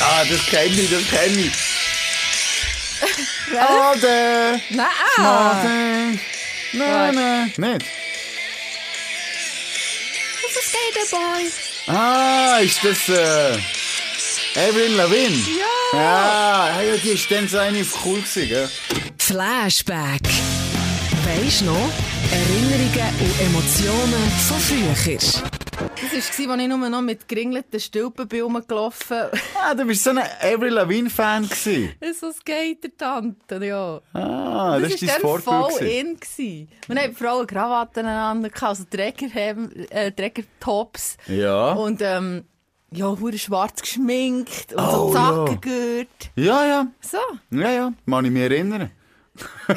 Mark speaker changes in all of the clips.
Speaker 1: Ah, das kenne ich, das kenne ich. Schade. Ah.
Speaker 2: Nein!
Speaker 1: Schade. Nein, nein. Nicht?
Speaker 2: Das ist Skaterboy.
Speaker 1: Ah, ist das äh, Avril Lavigne?
Speaker 2: Ja.
Speaker 1: Ja, ja, die ist dann so eine auf cool gewesen, gell?
Speaker 3: Flashback. Weisst du noch? Erinnerungen und Emotionen von früher.
Speaker 2: Das war, als ich nur noch mit geringelten Stülpen bin rumgelaufen bin.
Speaker 1: Ah, du bist so ein Avril Lavigne-Fan gewesen.
Speaker 2: so Skater-Tante, ja.
Speaker 1: Ah, das, ist
Speaker 2: Das
Speaker 1: dein
Speaker 2: war dann
Speaker 1: Vorbild
Speaker 2: voll
Speaker 1: gewesen.
Speaker 2: in. Gewesen. Wir haben die Frauen Krawatten aneinander, gehabt, also Trägerhem, äh, Trägertops.
Speaker 1: Ja.
Speaker 2: Und, ähm, ja, hure schwarz geschminkt und
Speaker 1: Oh,
Speaker 2: so
Speaker 1: ja.
Speaker 2: Zackengürt.
Speaker 1: Ja, ja.
Speaker 2: So.
Speaker 1: Ja, ja. Kann ich mich erinnern.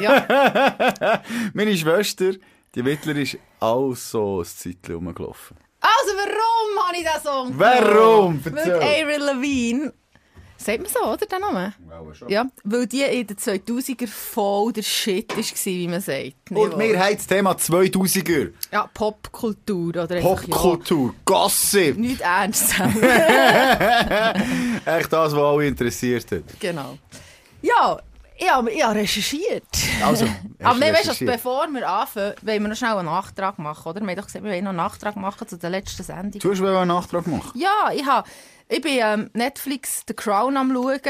Speaker 2: Ja,
Speaker 1: Meine Schwester, die Wittler, ist auch so ein Zeitchen rumgelaufen.
Speaker 2: also warum habe ich das Song?
Speaker 1: Warum?
Speaker 2: genommen?
Speaker 1: Erzähl.
Speaker 2: Weil Avril Lavigne, sagt man so, oder, den Namen? Ja, weil die in den 2000er voll der Shit war, wie man sagt.
Speaker 1: Und wir
Speaker 2: Jawohl.
Speaker 1: haben das Thema 2000er.
Speaker 2: Ja, Popkultur oder einfach,
Speaker 1: Popkultur, Gossip.
Speaker 2: Ja, nicht ernst
Speaker 1: Echt das, was alle interessiert hat.
Speaker 2: Genau. Ja, ich habe, ich habe recherchiert.
Speaker 1: Also,
Speaker 2: Aber nein, weißt du,
Speaker 1: recherchiert.
Speaker 2: bevor wir anfangen, wollen wir noch schnell einen Nachtrag machen, oder? Wir haben doch gesagt, wir wollen noch einen Nachtrag machen zu der letzten Sendung.
Speaker 1: Du hast wohl einen Nachtrag gemacht.
Speaker 2: Ja, ich, habe, ich bin ähm, Netflix The Crown am schauen.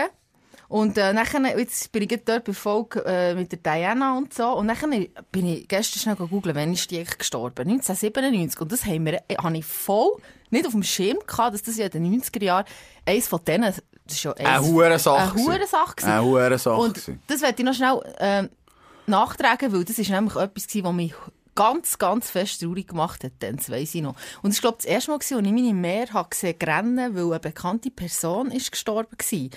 Speaker 2: Und äh, nachher, jetzt bin ich gerade dort bei Folge äh, mit der Diana und so. Und nachher bin ich gestern schnell googeln, wann ist die eigentlich gestorben? 1997. Und das haben wir, äh, habe ich voll nicht auf dem Schirm gehabt, dass das ja in den 90er Jahren eins von denen, das ist ja eins,
Speaker 1: Eine Hurensache
Speaker 2: Eine
Speaker 1: gewesen.
Speaker 2: Hurensache gewesen.
Speaker 1: Eine Hurensache
Speaker 2: Und
Speaker 1: gewesen.
Speaker 2: das werde ich noch schnell ähm, nachtragen, weil das ist nämlich etwas, gewesen, was mich ganz, ganz fest traurig gemacht hat, dann, das weiss ich noch. Und das war, glaube ich, das erste Mal, gewesen, als ich meine Mär habe gesehen rennen, weil eine bekannte Person ist gestorben war.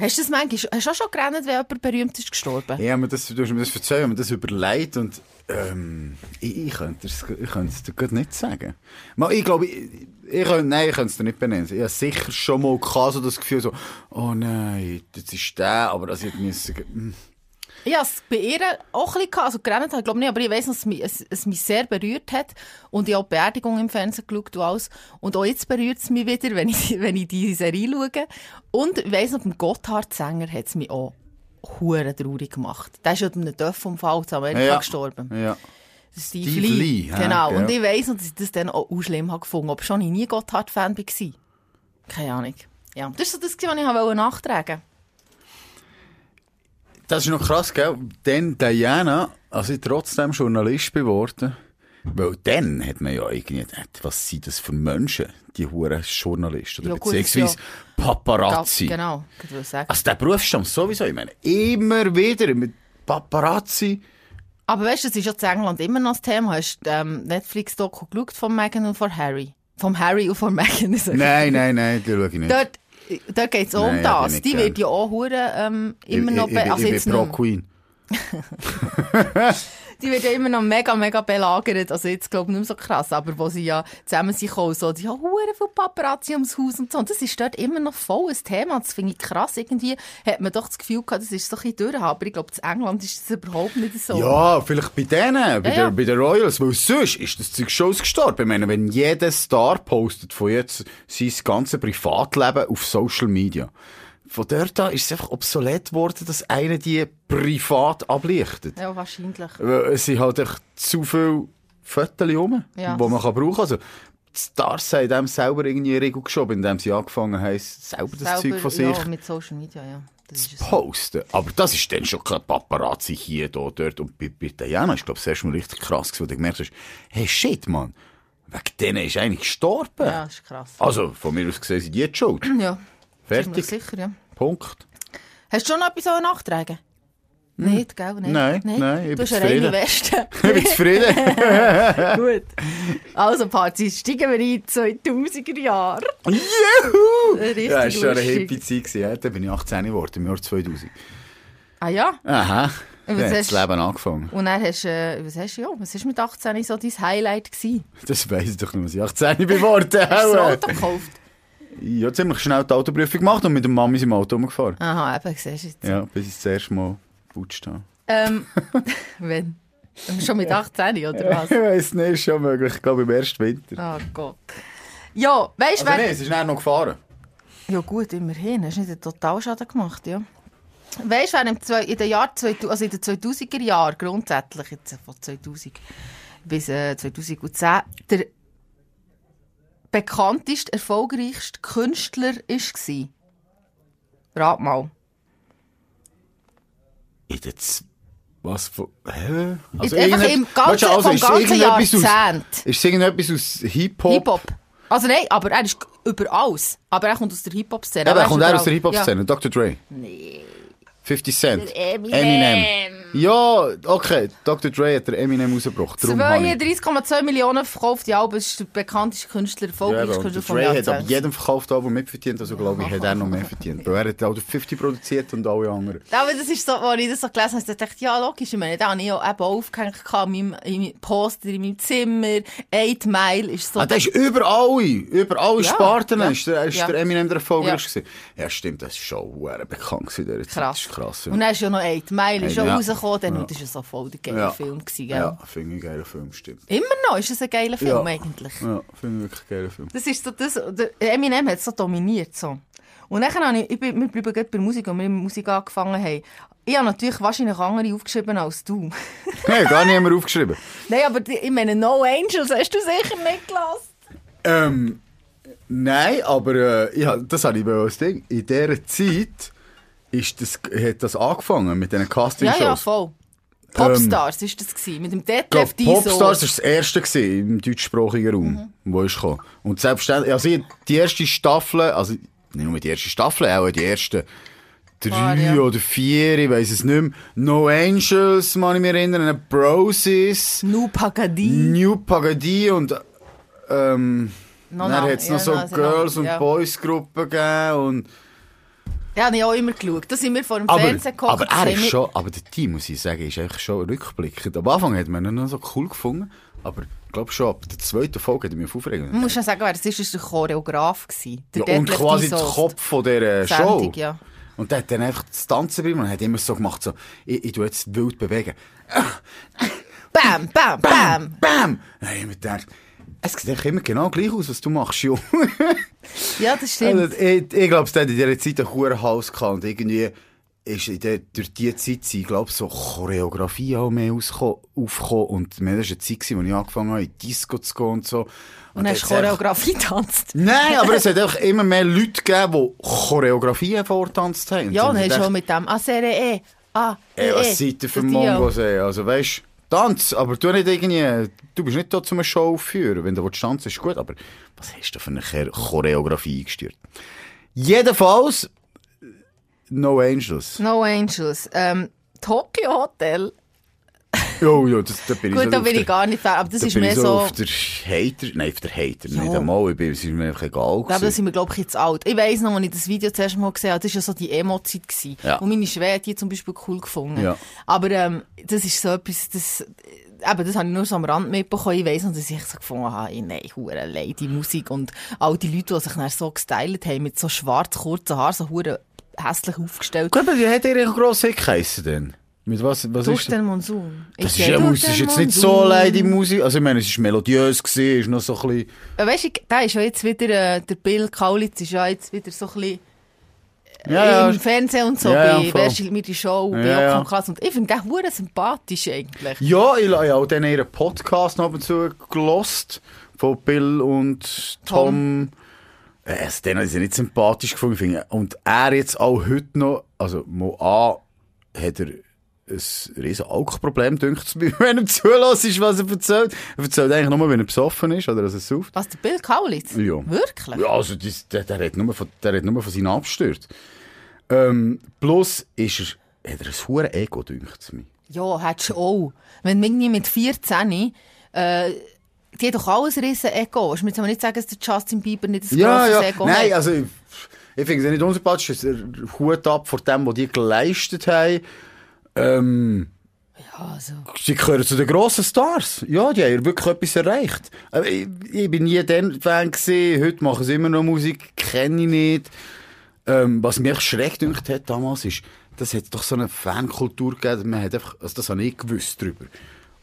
Speaker 2: Hast du das manchmal, hast du auch schon gerannt, wenn jemand berühmt ist gestorben?
Speaker 1: Ja, aber das, du hast mir das erzählt, ich habe mir das überlegt und ähm, ich, ich könnte es ich könnte es dir gerade nicht sagen. Mal, ich glaube, ich, ich könnte, nein, ich könnte es dir nicht benennen. Ich habe sicher schon mal gehabt, so das Gefühl so, oh nein, das ist der, aber das hätte müssen... mm.
Speaker 2: Ich habe es bei ihr auch ein bisschen, gehabt, also gerannt habe ich glaube nicht, aber ich weiss, noch, dass es mich, es, es mich sehr berührt hat und ich habe die Beerdigung im Fernsehen geschaut und alles. Und auch jetzt berührt es mich wieder, wenn ich, wenn ich diese Serie schaue. Und ich weiss noch, beim Gotthard-Sänger hat es mich auch hure traurig gemacht. Der ist ja bei einem Dörfunfall in Amerika
Speaker 1: Ja.
Speaker 2: gestorben.
Speaker 1: Ja.
Speaker 2: Steve,
Speaker 1: Steve
Speaker 2: Lee.
Speaker 1: Lee, ja,
Speaker 2: Genau.
Speaker 1: ja.
Speaker 2: Und ich weiss noch, dass ich das dann auch auch schlimm habe gefunden habe, obwohl ich nie Gotthard-Fan war. Keine Ahnung. Ja, das ist so das, was ich wollte nachtragen
Speaker 1: Das ist noch krass, gell? Dann Diana, als ich trotzdem Journalist geworden weil dann hat man ja irgendwie gedacht, was sind das für Menschen, die hohen Journalisten oder
Speaker 2: Ja, gut,
Speaker 1: beziehungsweise Paparazzi.
Speaker 2: Ja, Genau, das würde ich sagen.
Speaker 1: Also der Berufsstamm sowieso, ich meine, immer wieder mit Paparazzi.
Speaker 2: Aber weißt du, das ist ja in England immer noch das Thema. Hast du ähm, Netflix-Doku geschaut von Meghan und von Harry? Vom Harry und von Meghan. Also,
Speaker 1: Nein, nein, nein, die schaue ich nicht.
Speaker 2: Dort, dort geht es auch
Speaker 1: Nein,
Speaker 2: um
Speaker 1: hab ich
Speaker 2: das.
Speaker 1: nicht
Speaker 2: Die
Speaker 1: gern.
Speaker 2: wird ja auch hure, ähm, immer noch...
Speaker 1: ich,
Speaker 2: be-
Speaker 1: ich,
Speaker 2: also
Speaker 1: ich,
Speaker 2: jetzt
Speaker 1: bin pro
Speaker 2: nicht mehr.
Speaker 1: Queen.
Speaker 2: Die wird ja immer noch mega, mega belagert. Also jetzt glaube ich nicht mehr so krass. Aber wo sie ja zusammen sind gekommen, so, die haben hure viel Paparazzi ums Haus und so. Und das ist dort immer noch voll ein Thema. Das finde ich krass. Irgendwie hat man doch das Gefühl gehabt, das ist so ein bisschen durch. Aber ich glaube, in England ist das überhaupt nicht so.
Speaker 1: Ja, vielleicht bei denen, bei, Der,
Speaker 2: Ja, ja.
Speaker 1: bei den Royals, weil sonst ist das Zeug schon ausgestorben. Ich meine, wenn jeder Star postet von jetzt sein ganzes Privatleben auf Social Media, von dort an ist es einfach obsolet worden, dass einer die privat ablichtet.
Speaker 2: ja wahrscheinlich.
Speaker 1: Weil Es sind halt echt zu viele Fotos rum,
Speaker 2: Ja.
Speaker 1: die man kann brauchen kann. Also, die Stars haben dem selber irgendwie eine Regel geschoben, indem sie angefangen haben, selber das
Speaker 2: Selber,
Speaker 1: Zeug von sich
Speaker 2: ja, mit Social Media, ja. Das ist es.
Speaker 1: posten. Aber das ist dann schon kein Paparazzi hier, da, dort. Und bei, bei Diana ist, glaube ich, das erste Mal richtig krass, gewesen, wo du gemerkt hast, hey, shit, Mann, wegen denen ist eigentlich gestorben.
Speaker 2: Ja, das ist krass.
Speaker 1: Also, von mir aus gesehen sind die jetzt schuld.
Speaker 2: Ja, ziemlich
Speaker 1: Fertig.
Speaker 2: sicher, ja.
Speaker 1: Punkt.
Speaker 2: Hast du schon noch etwas wollen nachtragen? Nicht, gell? Nicht.
Speaker 1: Hm. Nein, nein, ich bin
Speaker 2: Du hast eine reine
Speaker 1: zufrieden.
Speaker 2: Weste.
Speaker 1: Ich bin zufrieden.
Speaker 2: Gut. Also, Party, steigen wir in 2000er Jahre.
Speaker 1: Juhu!
Speaker 2: Richtig
Speaker 1: ja, das war schon eine
Speaker 2: lustig.
Speaker 1: hippie Zeit. gewesen, Ja. Dann bin ich 18 geworden, im Jahr 2000.
Speaker 2: Ah ja?
Speaker 1: Aha. Dann
Speaker 2: was
Speaker 1: hat das
Speaker 2: hast-
Speaker 1: Leben angefangen.
Speaker 2: Und dann hast du, äh, was hast du, ja, was ist mit 18 so dein Highlight gewesen?
Speaker 1: Das weiss ich doch nur, dass ich 18 geworden bin.
Speaker 2: Hast du das
Speaker 1: Aua.
Speaker 2: Auto gekauft?
Speaker 1: Ich habe ziemlich schnell die Autoprüfung gemacht und mit der Mami sind wir Auto umgefahren.
Speaker 2: Aha, eben, siehst du jetzt.
Speaker 1: Ja, bis ich das erste Mal geputscht habe.
Speaker 2: Ähm, wenn? Schon mit 18, oder was?
Speaker 1: Ich weiß nicht, ist schon möglich. Ich glaube, im ersten Winter.
Speaker 2: Oh Gott. Ja, weißt du,
Speaker 1: Also nein, es ist nachher noch gefahren.
Speaker 2: Ja gut, immerhin. Hast nicht einen Totalschaden gemacht, ja. Weißt du, wer im zwei, in den Jahr 2000, also in den 2000er Jahren grundsätzlich, jetzt von 2000 bis äh, 2010, der bekannteste, erfolgreichste Künstler war? Rat mal.
Speaker 1: In den Z- Was von. Hä?
Speaker 2: einfach
Speaker 1: irgendet-
Speaker 2: im
Speaker 1: Weißt du,
Speaker 2: ganzen,
Speaker 1: also
Speaker 2: vom
Speaker 1: ist
Speaker 2: ganzen
Speaker 1: irgendetwas aus-
Speaker 2: Jahrzehnt.
Speaker 1: Ist es irgendetwas aus Hip-Hop?
Speaker 2: Hip-Hop. Also nein, aber er ist über alles. Aber er kommt aus der Hip-Hop-Szene.
Speaker 1: Ja,
Speaker 2: Aber
Speaker 1: der kommt
Speaker 2: ist
Speaker 1: auch aus der
Speaker 2: überall.
Speaker 1: Hip-Hop-Szene. Dr. Dre. Nee. 50 Cent. Ja, okay. Dr. Dre hat der Eminem rausgebracht.
Speaker 2: Ja.
Speaker 1: Darum habe ich-
Speaker 2: 32,2 Millionen verkaufte Alben ist der bekannteste Künstler,
Speaker 1: Ja,
Speaker 2: erfolgreichste
Speaker 1: aber
Speaker 2: Künstler
Speaker 1: der
Speaker 2: vom
Speaker 1: Dre
Speaker 2: Jahr
Speaker 1: hat aber jedem verkauft, der mitverdient. Also glaube ich, hat er noch mehr verdient. Weil er hat auch die 50 produziert und alle anderen.
Speaker 2: Aber das ist so, als ich das so gelesen habe, dachte ich, ja logisch, ich meine, da habe ich ja eben aufgehängt in meinem, in meinem Poster, in meinem Zimmer. 8 Mile ist so...
Speaker 1: Ah, der ist über alle, über alle
Speaker 2: Ja,
Speaker 1: Sparten
Speaker 2: ja,
Speaker 1: ist, der, ist
Speaker 2: ja.
Speaker 1: der Eminem der erfolgreichste. Ja. ja, stimmt, das ist schon verdammt bekannt gewesen in dieser Zeit.
Speaker 2: krass.
Speaker 1: Das ist krass. ja.
Speaker 2: Und dann ist ja noch 8 Mile ist
Speaker 1: Ja.
Speaker 2: ja. rausgekommen, dann war es so voll der geile
Speaker 1: Ja.
Speaker 2: Film. Gewesen, gell?
Speaker 1: Ja, finde ich ein geiler Film, stimmt.
Speaker 2: Immer noch ist es ein geiler Film
Speaker 1: Ja.
Speaker 2: eigentlich.
Speaker 1: Ja, finde ich wirklich einen geilen Film.
Speaker 2: Das ist so, das, der Eminem hat so dominiert. So. Und dann habe ich, ich bin, wir bleiben gerade bei Musik, und wir mit Musik angefangen haben. Ich habe natürlich wahrscheinlich andere aufgeschrieben als du.
Speaker 1: Nein, gar niemand aufgeschrieben.
Speaker 2: Nein, aber die, ich meine, No Angels hast du sicher nicht gelassen.
Speaker 1: Ähm, nein, aber äh, ja, das habe ich bei uns Ding. In dieser Zeit ist das, hat das angefangen mit diesen
Speaker 2: Ja,
Speaker 1: Castingshows.
Speaker 2: ja, voll. Popstars war das, gewesen, mit dem Detlef
Speaker 1: Ich glaube,
Speaker 2: Diesel.
Speaker 1: Ähm, Popstars war das erste gewesen im deutschsprachigen Raum,
Speaker 2: Mhm.
Speaker 1: wo ich kam. Und selbstverständlich, also ich, die erste Staffel, also nicht nur die erste Staffel, auch die ersten drei
Speaker 2: Ah, ja.
Speaker 1: oder vier, ich weiß es nicht mehr. No Angels, kann ich mich erinnern, Brosis,
Speaker 2: Nu Pagadi.
Speaker 1: New Pagadi und ähm,
Speaker 2: No,
Speaker 1: dann
Speaker 2: no,
Speaker 1: hat es
Speaker 2: ja,
Speaker 1: noch so
Speaker 2: no, es hat noch-
Speaker 1: Girls- und
Speaker 2: ja.
Speaker 1: Boys-Gruppen gegeben und...
Speaker 2: Ja, habe ich auch immer geschaut. Da sind wir vor dem
Speaker 1: Aber,
Speaker 2: Fernsehen gekommen.
Speaker 1: aber er ist
Speaker 2: wir-
Speaker 1: schon, aber der Team, muss ich sagen, ist einfach schon rückblickend. Am Anfang hat man ihn noch so cool gefunden, aber ich glaube schon ab der zweiten Folge hat er mich aufgeregt.
Speaker 2: Man muss ja sagen, wer das ist, ist der Choreograf. Gewesen, Hm, der
Speaker 1: Ja, und
Speaker 2: Detlef
Speaker 1: quasi der
Speaker 2: Diesel.
Speaker 1: Kopf von dieser
Speaker 2: Sendung,
Speaker 1: Show.
Speaker 2: ja.
Speaker 1: Und der hat dann einfach das Tanzen bei und hat immer so gemacht, so, ich, ich tu jetzt wild bewegen.
Speaker 2: Bam, bam, bam.
Speaker 1: Bam! Bam! Dann hab ich mir gedacht, es sieht eigentlich immer genau gleich aus, was du machst, Junge.
Speaker 2: Ja, das stimmt.
Speaker 1: Also, ich ich glaube, es hat in dieser Zeit einen hohen Hals gehabt und irgendwie ist in der, durch diese Zeit, ich glaube, so Choreografie auch mehr ausgekommen, aufgekommen und mir war eine Zeit, gewesen, wo ich angefangen habe, in die Disco zu gehen und so.
Speaker 2: Und dann hast du
Speaker 1: jetzt einfach-
Speaker 2: Choreografie getanzt.
Speaker 1: Nein, aber es hat einfach immer mehr Leute gegeben, die Choreografien vortanzt haben.
Speaker 2: Ja, und
Speaker 1: dann
Speaker 2: dann
Speaker 1: dachte
Speaker 2: schon
Speaker 1: Also, ich,
Speaker 2: mit dem Asere E. Ah,
Speaker 1: Ey, was seid ihr für Mongos, ey? Also, weißt Tanz, aber du nicht irgendwie, du bist nicht da zum eine Show führen. Wenn du willst tanzen, ist gut, aber was hast du für eine Chor- Choreografie eingestört? Jedenfalls, No Angels.
Speaker 2: No Angels. Ähm, Tokyo Hotel.
Speaker 1: Jo, jo, das, da bin ich so
Speaker 2: Gut, da
Speaker 1: auf
Speaker 2: bin
Speaker 1: der-
Speaker 2: ich gar nicht Fan, aber das
Speaker 1: da
Speaker 2: ist
Speaker 1: bin ich
Speaker 2: mehr so...
Speaker 1: auf der Hater, nein, auf der Hater,
Speaker 2: Ja.
Speaker 1: nicht einmal, ich bin, es ist mir einfach egal
Speaker 2: Ja, Aber da
Speaker 1: gewesen.
Speaker 2: sind wir, glaube ich, jetzt alt. Ich weiss noch, als ich das Video zuerst mal gesehen habe, das war ja so die Emo-Zeit. gewesen.
Speaker 1: Ja.
Speaker 2: Und meine Schwäche hat die zum Beispiel cool gefunden.
Speaker 1: Ja.
Speaker 2: Aber ähm, das ist so etwas, das... Eben, das habe ich nur so am Rand mitbekommen. Ich weiss noch, dass ich so gefunden habe, ey, nein, hure Lady Musik. Und all die Leute, die sich dann so gestylt haben, mit so schwarz kurzen Haaren, so hure hässlich aufgestellt.
Speaker 1: Gut, aber wie hat er einen grossen Hit geheissen denn? Mit was, was
Speaker 2: Durch
Speaker 1: ist
Speaker 2: den Monsun.
Speaker 1: Das ist, ja, es ist jetzt nicht so leide Musik. Also, ich meine, es war melodiös, gewesen, ist noch so ein bisschen.
Speaker 2: Äh, Weißt du, der ist ja jetzt wieder, äh, der Bill Kaulitz ist ja jetzt wieder so ein bisschen
Speaker 1: Ja,
Speaker 2: im
Speaker 1: ja.
Speaker 2: Fernsehen und so,
Speaker 1: Ja, ja,
Speaker 2: bei
Speaker 1: voll.
Speaker 2: «Wer stellt mir die Show», bei
Speaker 1: Ja,
Speaker 2: «Joko
Speaker 1: ja.
Speaker 2: und Klaas». Und ich finde den verdammt sympathisch eigentlich.
Speaker 1: ja ich habe auch dann ihren Podcast ab und zu gelost von Bill und Tom. Äh, Also, den habe ich nicht sympathisch gefunden. finde ich. Und er jetzt auch heute noch, also, mal an, hat er ein riesen Alkoholproblem, dünkt es mir, wenn er zulässt, was er erzählt. Er erzählt eigentlich nur, wenn er besoffen ist oder dass er sauft.
Speaker 2: Was, der Bill Kaulitz?
Speaker 1: Ja.
Speaker 2: Wirklich?
Speaker 1: Ja, also das, der, der, hat nur von, der hat nur von seinen Abstürzen. Ähm, plus ist er, hat er ein hohes Ego, dünkt es mir.
Speaker 2: Ja, hättest du auch. Wenn man irgendwie mit 14, äh, die hat doch alles ein riesen Ego. Ich muss jetzt aber nicht sagen, dass der Justin Bieber nicht ein grosses Ego
Speaker 1: Nein,
Speaker 2: hat.
Speaker 1: also ich, ich finde es nicht unsympathisch. Es ist ein Hut ab vor dem, was die geleistet haben. Ähm,
Speaker 2: Ja, also.
Speaker 1: sie gehören zu den grossen Stars. Ja, die haben wirklich etwas erreicht. Aber ich, ich bin nie dann Fan gewesen. Heute machen sie immer noch Musik, kenne ich nicht. Ähm, was mich schräg dünkt hat damals ist, das hat doch so eine Fankultur gegeben, man hat einfach, also das habe ich gewusst drüber.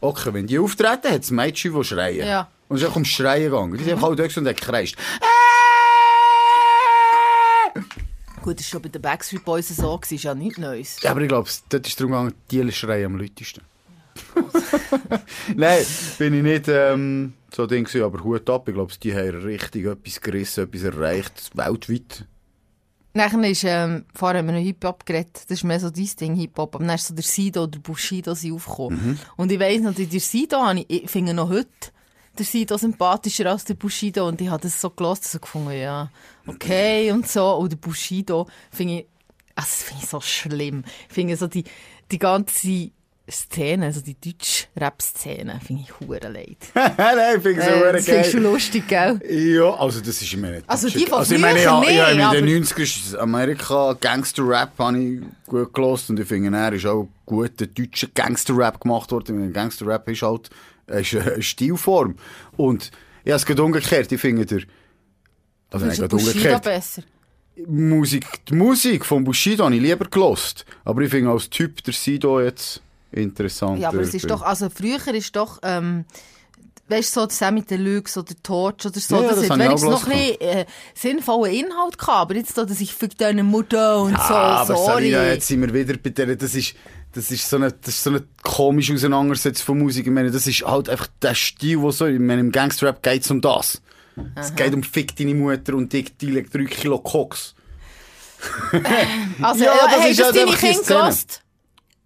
Speaker 1: Okay, wenn die auftreten, hat es Mädchen, die schreien.
Speaker 2: Ja.
Speaker 1: Und es ist auch ums Schreien gegangen. Die sind einfach alle da und haben gekreist. Äh!
Speaker 2: Gut, das war schon bei den Backstreet Boys so, gewesen, ist ja nichts Neues.
Speaker 1: Ja, aber ich glaube, dort ist darum gegangen, die Listerei am lautesten. Nein, bin ich nicht ähm, so Ding gewesen, aber Hut ab. Ich glaube, die haben richtig etwas gerissen, etwas erreicht, weltweit.
Speaker 2: Nachher ist, ähm, vorher haben wir noch Hip-Hop geredet. Das ist mehr so dein Ding, Hip-Hop. Aber dann ist so der Sido oder Bushido sind aufgekommen.
Speaker 1: Mhm.
Speaker 2: Und ich weiss natürlich, der Sido, habe ich, ich finde noch heute, der Sido sympathischer als der Bushido. Und ich habe das so gelassen, so gefunden, ja, okay, und so. Und der Bushido finde ich, also das finde ich so schlimm. Ich finde so die, die ganze Szene, also die deutsche Rap-Szene, finde ich hure leid.
Speaker 1: Nein, ich finde es
Speaker 2: Äh,
Speaker 1: äh,
Speaker 2: das findest du
Speaker 1: geil.
Speaker 2: lustig, gell?
Speaker 1: Ja, also das ist immer nicht
Speaker 2: Also die
Speaker 1: abgeschickt.
Speaker 2: von
Speaker 1: ich meine,
Speaker 2: früher
Speaker 1: ja, ich
Speaker 2: nicht,
Speaker 1: habe in
Speaker 2: aber-
Speaker 1: den 90ern in Amerika Gangster-Rap habe ich gut gelost und ich finde, er ist auch guter deutscher Gangster-Rap gemacht worden. Ich meine, Gangster-Rap ist halt ist eine Stilform. Und ich habe es gerade umgekehrt. Ich finde, der, also nein,
Speaker 2: Findest du
Speaker 1: gerade
Speaker 2: Bushido
Speaker 1: umgekehrt.
Speaker 2: besser?
Speaker 1: Musik, die Musik von Bushido habe ich lieber gelost. Aber ich finde als Typ der Sido jetzt interessant.
Speaker 2: Ja, aber es ist doch, also früher ist doch, ähm, weißt du, so zusammen mit den Lux oder Torch oder so,
Speaker 1: Ja, ja,
Speaker 2: das,
Speaker 1: das
Speaker 2: hat
Speaker 1: habe ich auch
Speaker 2: wenigstens noch ein
Speaker 1: gelassen.
Speaker 2: bisschen äh, sinnvollen Inhalt gehabt, aber jetzt da, dass ich fick deine Mutter und
Speaker 1: Ah,
Speaker 2: so,
Speaker 1: aber
Speaker 2: sorry.
Speaker 1: Sarina, jetzt sind wir wieder bei der, das ist, das ist so eine, das ist so eine komische Auseinandersetzung von Musik. Ich meine, das ist halt einfach der Stil, wo so, ich meine, im Gangsterrap geht es um das. Es geht um Fick deine Mutter und dick deine 3 Kilo Koks.
Speaker 2: also,
Speaker 1: Ja,
Speaker 2: ja,
Speaker 1: das
Speaker 2: hey,
Speaker 1: ist
Speaker 2: das
Speaker 1: halt
Speaker 2: deine
Speaker 1: einfach die
Speaker 2: Kinder
Speaker 1: Szene.
Speaker 2: gelost?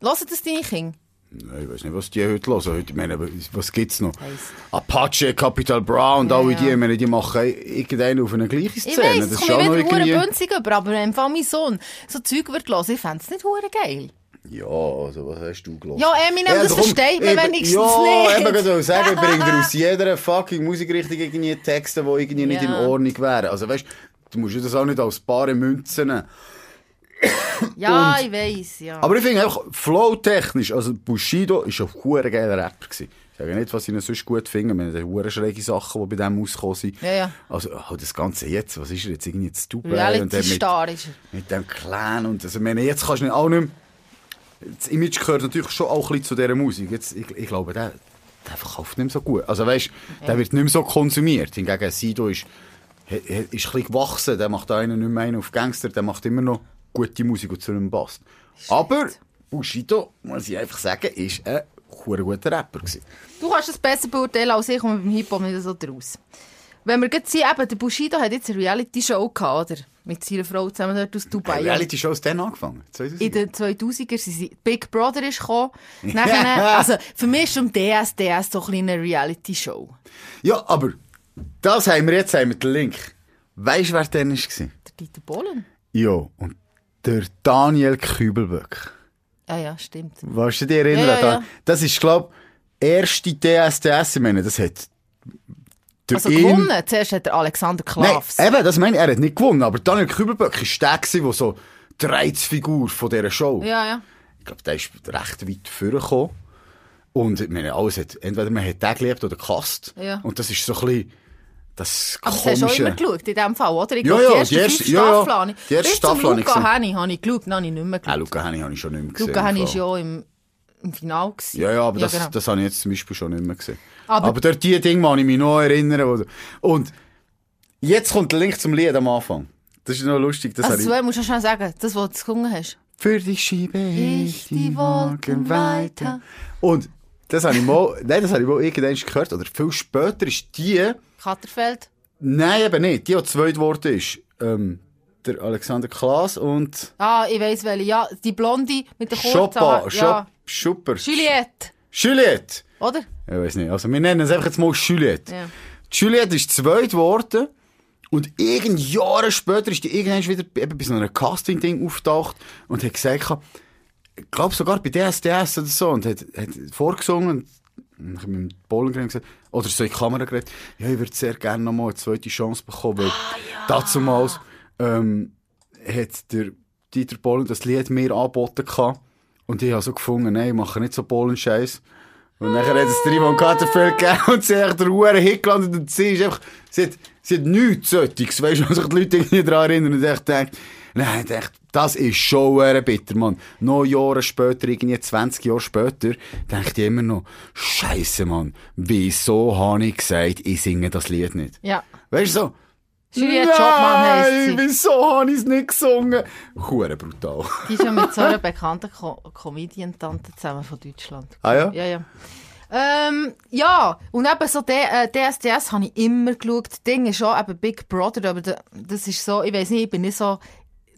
Speaker 2: Lassen das deine Kinder?
Speaker 1: Nein, ich weiß nicht, was die heute hören. Also Heute, ich meine, aber was gibt's noch?
Speaker 2: Weiss.
Speaker 1: Apache, Capital Bra und
Speaker 2: Ja,
Speaker 1: alle die,
Speaker 2: ja.
Speaker 1: ich meine, die machen irgendeinen auf eine gleiche Szene.
Speaker 2: Ich weiss,
Speaker 1: das
Speaker 2: es
Speaker 1: ist
Speaker 2: kommt
Speaker 1: auch noch
Speaker 2: mir wieder
Speaker 1: irgendwie...
Speaker 2: hure bünzig über, aber im Fall mein Sohn so Zeug wird hören, ich fände es nicht hure geil.
Speaker 1: Ja, also was hast du gelost?
Speaker 2: Ja, Eminem, das versteht man wenigstens
Speaker 1: ja,
Speaker 2: nicht.
Speaker 1: Ja, eben, ich soll sagen, bringt er aus jeder fucking Musikrichtung irgendwie Texte, die irgendwie nicht in
Speaker 2: Ja.
Speaker 1: Ordnung wären. Also weißt, du musst ja das auch nicht als bare Münzen nehmen.
Speaker 2: Ja, ich weiss, ja.
Speaker 1: Aber ich finde einfach, flow-technisch, also Bushido ist ein hure geiler Rapper gewesen. Ich sage nicht, was ich ihn sonst gut finde, wir haben hure schräge Sachen, die bei dem rausgekommen sind.
Speaker 2: Ja, ja.
Speaker 1: Also oh, das Ganze jetzt, was ist er jetzt irgendwie jetzt Dubai und dann mit,
Speaker 2: Reality-Star ist er.
Speaker 1: mit dem Clan und also, ich meine, jetzt kannst du nicht auch nicht mehr, das Image gehört natürlich schon auch ein bisschen zu dieser Musik. Jetzt, ich, ich glaube, der, der verkauft nicht mehr so gut. Also weißt, der wird nicht mehr so konsumiert. Hingegen Sido ist, he- he- ist ein bisschen gewachsen, der macht einen nicht mehr einen auf Gangster, der macht immer noch gute Musik und zu einem passt. Aber Bushido, muss ich einfach sagen, ist ein verdammt guter Rapper gewesen.
Speaker 2: Du kannst es besser beurteilen als ich und beim Hip-Hop nicht so draus. Wenn wir gerade sehen, eben, der Bushido hat jetzt eine Reality-Show gehabt, oder? Mit seiner Frau zusammen dort aus Dubai.
Speaker 1: Reality Shows dann angefangen. 2000.
Speaker 2: Ah, in den 2000er sind sie, Big Brother ist gekommen. Nachher, also, für mich ist um DSDS so ein bisschen eine Reality-Show.
Speaker 1: Ja, aber das haben wir jetzt haben wir den Link. Weißt du, wer dann war?
Speaker 2: Der Dieter Bohlen.
Speaker 1: Ja, und der Daniel Kübelböck.
Speaker 2: Ja, Ah, ja, stimmt.
Speaker 1: Weißt du dich erinnern?
Speaker 2: Ja, ja, ja.
Speaker 1: Dan- Das ist, glaube ich, erste DSDS. Ich meine, das hat. Durch
Speaker 2: Also gewonnen. Zuerst hat der Alexander
Speaker 1: Nein, äh,
Speaker 2: Klavs.
Speaker 1: eben, das meine ich, er hat nicht gewonnen. Aber Daniel Kübelböck war der, gewesen, der so die Reizfigur von dieser Show.
Speaker 2: ja, ja.
Speaker 1: Ich glaube, der ist recht weit vorgekommen. Und ich meine, alles hat, entweder man hat den geliebt oder gehasst.
Speaker 2: Ja.
Speaker 1: Und das ist so ein bisschen das
Speaker 2: Aber das hast du auch
Speaker 1: komische.
Speaker 2: immer geschaut, in diesem Fall, oder? Ich
Speaker 1: Ja,
Speaker 2: glaub,
Speaker 1: ja, die
Speaker 2: fünf
Speaker 1: erste- ja, ja.
Speaker 2: Staffeln habe ich-
Speaker 1: Die erste
Speaker 2: Bis zum
Speaker 1: Staffel habe ich
Speaker 2: Luca
Speaker 1: gesehen.
Speaker 2: Henny habe ich geschaut, dann habe ich nicht mehr
Speaker 1: Ah,
Speaker 2: geschaut.
Speaker 1: Luca Henni habe ich schon nicht mehr gesehen.
Speaker 2: Luca Henny
Speaker 1: im
Speaker 2: war
Speaker 1: Fall.
Speaker 2: ja im, im Finale. gewesen.
Speaker 1: Ja, ja, aber das,
Speaker 2: genau.
Speaker 1: das habe ich jetzt zum Beispiel schon nicht mehr gesehen.
Speaker 2: Aber-
Speaker 1: Aber, dort die Dinge kann ich mich noch erinnern. Wo, und jetzt kommt der Link zum Lied am Anfang. Das ist noch lustig. Das
Speaker 2: Also,
Speaker 1: habe
Speaker 2: zwei musst du schon sagen, das, was du gesungen hast.
Speaker 1: ich. Für dich schiebe
Speaker 2: Ich die Wolken weiter.
Speaker 1: Und das habe ich mal, nein, das habe ich mal irgendwann gehört. Oder viel später ist die,
Speaker 2: Katterfeld.
Speaker 1: nein, eben nicht, die, die zweit geworden ist, ähm, der Alexander Klaas und
Speaker 2: Ah, ich weiss welche. Ja, die Blonde mit der kurzen
Speaker 1: Schoppa,
Speaker 2: Haaren.
Speaker 1: Schop,
Speaker 2: Ja.
Speaker 1: Schupper.
Speaker 2: Juliette,
Speaker 1: Juliette.
Speaker 2: oder?
Speaker 1: Ich weiß nicht. Also, wir nennen es einfach jetzt mal Juliette.
Speaker 2: Ja.
Speaker 1: Die Juliette ist zweit geworden. Und irgend Jahre später ist die irgendwann wieder eben bei so einem Casting-Ding aufgetaucht und hat gesagt, gehabt, ich glaube sogar bei DSDS oder so, und hat, hat vorgesungen und ich hab mit dem Bollengrün gesagt, oder so in die Kamera geredet, ja, ich würde sehr gerne nochmal eine zweite Chance bekommen, weil dazumals ähm, hat der Dieter Bollen das Lied mir angeboten gehabt. und ich habe so gefunden, nein, ich mache nicht so Bollenscheiß. Und nachher hat es Trimon Kattenfeld gegeben und sie hat der Uhr hingelandet und sie ist einfach, sie hat, sie hat nichts solches, weißt du, was sich die Leute irgendwie daran erinnern und ich denkt, nein, ich denkt, das ist schon sehr bitter, Mann. Noch Jahre später, irgendwie 20 Jahre später, denkt ich immer noch, Scheiße, Mann, wieso habe ich gesagt, ich singe das Lied nicht?
Speaker 2: Ja.
Speaker 1: Weißt du so,
Speaker 2: Juliette Jobmann heisst sie.
Speaker 1: wieso habe ich es nicht gesungen? Hure brutal.
Speaker 2: Die ist ja mit so einer bekannten Co Comedian-Tante zusammen von Deutschland.
Speaker 1: Ah ja?
Speaker 2: Ja, ja. Ähm, ja, und eben so D äh, DSDS habe ich immer geschaut. Das Ding ist schon eben Big Brother, aber da- das ist so, ich weiß nicht, ich bin nicht so,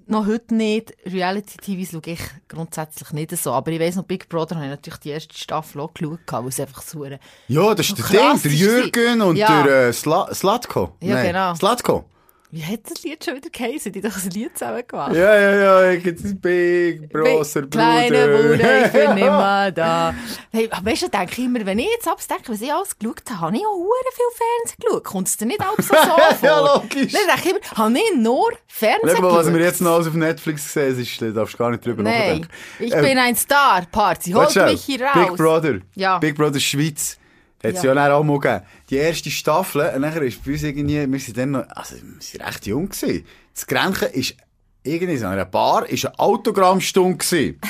Speaker 2: noch heute nicht. Reality-TV schaue ich grundsätzlich nicht so. Aber ich weiß noch, Big Brother habe ich natürlich die erste Staffel auch geschaut, weil es einfach so eine...
Speaker 1: Ja, das ist der Ding,
Speaker 2: Krass
Speaker 1: der
Speaker 2: ist
Speaker 1: Jürgen
Speaker 2: sie.
Speaker 1: und
Speaker 2: Ja.
Speaker 1: der äh, Sla Slatko.
Speaker 2: Ja,
Speaker 1: Nein,
Speaker 2: genau.
Speaker 1: Slatko.
Speaker 2: Wie hat das Lied schon wieder geheißen? Die haben doch ein Lied zusammen gemacht.
Speaker 1: Ja, ja, ja, ich jetzt ein Big Brosser
Speaker 2: Kleine Bruder, ich
Speaker 1: Ja.
Speaker 2: bin immer da. Hey, aber weißt du, denke ich immer, wenn ich jetzt abstecke, was ich alles geschaut habe, habe ich auch hure viel Fernsehen geschaut. Kommt es dir nicht auch so so vor?
Speaker 1: Ja, logisch.
Speaker 2: Dann denke ich immer, habe ich nur Fernsehen
Speaker 1: Schau mal, was
Speaker 2: geschaut?
Speaker 1: wir jetzt noch alles auf Netflix sehen, es ist, da darfst du gar nicht drüber
Speaker 2: Nein,
Speaker 1: nachdenken.
Speaker 2: ich
Speaker 1: Ähm,
Speaker 2: bin ein Star, Party, holt
Speaker 1: warte schnell.
Speaker 2: mich hier raus.
Speaker 1: Big Brother.
Speaker 2: Ja.
Speaker 1: Big Brother Schweiz. Hat es ja,
Speaker 2: Ja.
Speaker 1: dann auch mal gegeben. Die erste Staffel, und nachher ist bei uns irgendwie, wir sind dann noch, also, wir sind recht jung gewesen. Das Grenchen ist, irgendwie so an einer Bar, ist eine Autogrammstunde gewesen.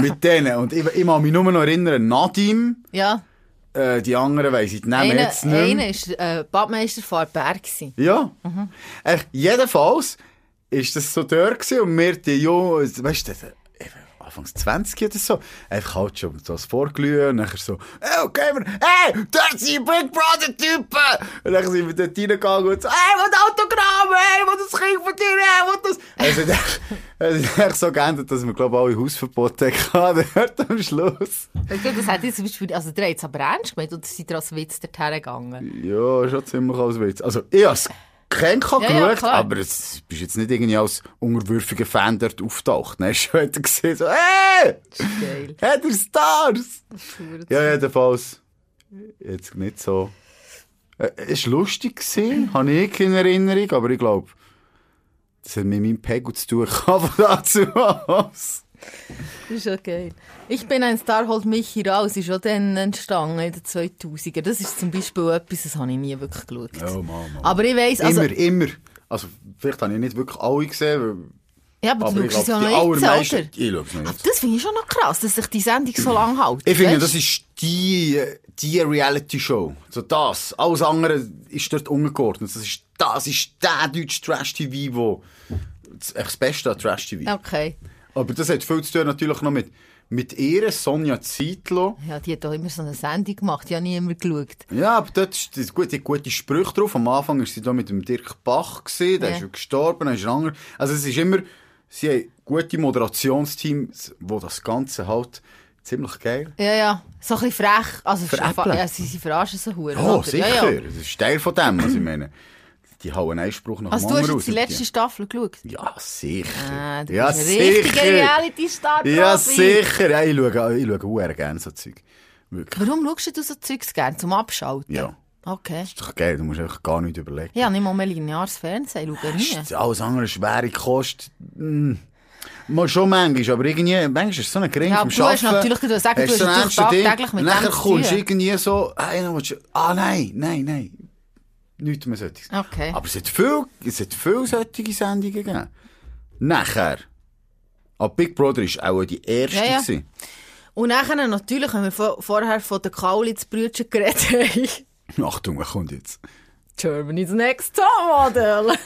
Speaker 1: mit denen. Und ich, ich mag mich nur noch erinnern, Nadim,
Speaker 2: Ja,
Speaker 1: äh, die anderen weiss ich die Namen
Speaker 2: einer
Speaker 1: jetzt nicht mehr.
Speaker 2: eine ist äh, Badmeister von Berg.
Speaker 1: Ja. Echt, jedenfalls ist das so dort gewesen und wir, die Jungen, weißt du, das, eben Anfangs 20 oder so, einfach halt schon so das Vorglühen und nachher so, hey, okay, wir, hey, das sind Big Brother Typen! Und dann sind wir dort reingegangen und so, hey, was Autogramm, hey, was das Kind von dir, hey, was das... Es hat echt- es hat echt so geändert, dass wir, glaube ich, alle Hausverbote hatten dort am Schluss.
Speaker 2: Das hat jetzt zum Beispiel, also der hat es aber ernst gemeint und seid ihr als Witz dorthin gegangen.
Speaker 1: Ja, schon ziemlich als Witz. Also, ich hab's kennt, ja,
Speaker 2: Ja, ja,
Speaker 1: geschaut,
Speaker 2: klar.
Speaker 1: aber es bist jetzt nicht irgendwie als unterwürfiger Fan dort auftaucht. Dann hast du heute gesehen, so, hey,
Speaker 2: Geil.
Speaker 1: hey, der Stars!
Speaker 2: verdammt.
Speaker 1: Ja, jedenfalls, jetzt nicht so. Äh, Es war lustig, gewesen, habe ich in Erinnerung, aber ich glaube, das hat mit meinem Pegel zu tun, aber dazu aus.
Speaker 2: Das ist ja geil. Ich bin ein Star, holt mich hier raus, ist auch dann entstanden in den 2000er. Das ist zum Beispiel etwas, das habe ich nie wirklich geschaut.
Speaker 1: Oh, Mann, Mann.
Speaker 2: Aber ich weiss, also...
Speaker 1: immer, immer. Also, vielleicht habe ich nicht wirklich alle gesehen,
Speaker 2: Ja, aber,
Speaker 1: weil, aber
Speaker 2: du
Speaker 1: ich
Speaker 2: schaust es
Speaker 1: glaube,
Speaker 2: ja
Speaker 1: die
Speaker 2: noch jetzt,
Speaker 1: allermeisten...
Speaker 2: oder?
Speaker 1: Ich schaue es nicht.
Speaker 2: Das finde ich schon noch krass, dass sich die Sendung so lange hält.
Speaker 1: Ich finde,
Speaker 2: Weißt?
Speaker 1: das ist die, die Reality-Show. So das. Alles andere ist dort ungeordnet. Das ist, das ist der deutsche Trash-TV, wo das, echt das Beste an Trash-TV.
Speaker 2: Okay.
Speaker 1: Aber das hat viel zu tun natürlich noch mit, mit ihr, Sonja Zeitlo.
Speaker 2: Ja, die hat doch immer so eine Sendung gemacht, die habe ich immer geschaut.
Speaker 1: Ja, aber dort ist das gut, die hat gute Sprüche drauf. Am Anfang war sie da mit dem Dirk Bach, gewesen, der
Speaker 2: Ja.
Speaker 1: ist ja gestorben, dann ist ein anderer. Also es ist immer, sie haben gute Moderationsteams, wo das Ganze halt ziemlich geil
Speaker 2: Ja, ja. So ein bisschen frech. Also,
Speaker 1: Veräppeln.
Speaker 2: ja, sie, sie verarschen so Huren.
Speaker 1: Ja,
Speaker 2: oder?
Speaker 1: sicher.
Speaker 2: Ja, ja.
Speaker 1: Das ist Teil von dem, was ich meine. Die hauen einen Spruch nach
Speaker 2: Also,
Speaker 1: dem
Speaker 2: du hast
Speaker 1: anderen
Speaker 2: jetzt die
Speaker 1: raus.
Speaker 2: letzte Staffel geschaut?
Speaker 1: Ja, sicher.
Speaker 2: Ah, du
Speaker 1: ja,
Speaker 2: bist ein richtiger
Speaker 1: sicher.
Speaker 2: Reality-Star.
Speaker 1: Ja,
Speaker 2: Profi.
Speaker 1: sicher. Ja, ich schaue, ich schaue sehr gerne so Zeug. Wirklich.
Speaker 2: Warum schaust du so Zeugs gerne? Zum Abschalten?
Speaker 1: Ja.
Speaker 2: Okay.
Speaker 1: Das ist doch geil, du musst einfach gar nicht überlegen.
Speaker 2: Ja, nicht mal mehr lineares Fernsehen, ich schaue nie.
Speaker 1: Ist Alles andere schwere Kost. Hm. Mal schon manchmal, aber irgendwie, manchmal ist es so ein Gring
Speaker 2: Ja,
Speaker 1: vom
Speaker 2: aber du hast
Speaker 1: Schaffen.
Speaker 2: natürlich- du hast gesagt, du
Speaker 1: Hast
Speaker 2: hast
Speaker 1: so ein
Speaker 2: natürlich
Speaker 1: ernstes Ding.
Speaker 2: tagtäglich mit
Speaker 1: Nachher
Speaker 2: dem zu
Speaker 1: kommst du
Speaker 2: tun.
Speaker 1: irgendwie so, hey, dann willst du, ah nein, nein, nein. Nichts mehr solches.
Speaker 2: Okay.
Speaker 1: Aber es hat viel, es hat viel solche Sendungen gegeben. Nachher. Ah, Nou, Big Brother war auch die erste.
Speaker 2: Ja, ja.
Speaker 1: gewesen.
Speaker 2: Und nachher natürlich, wenn wir vor, vorher von der Kaulitz-Brütchen geredet haben.
Speaker 1: Achtung, er kommt jetzt.
Speaker 2: Germany's Next Topmodel.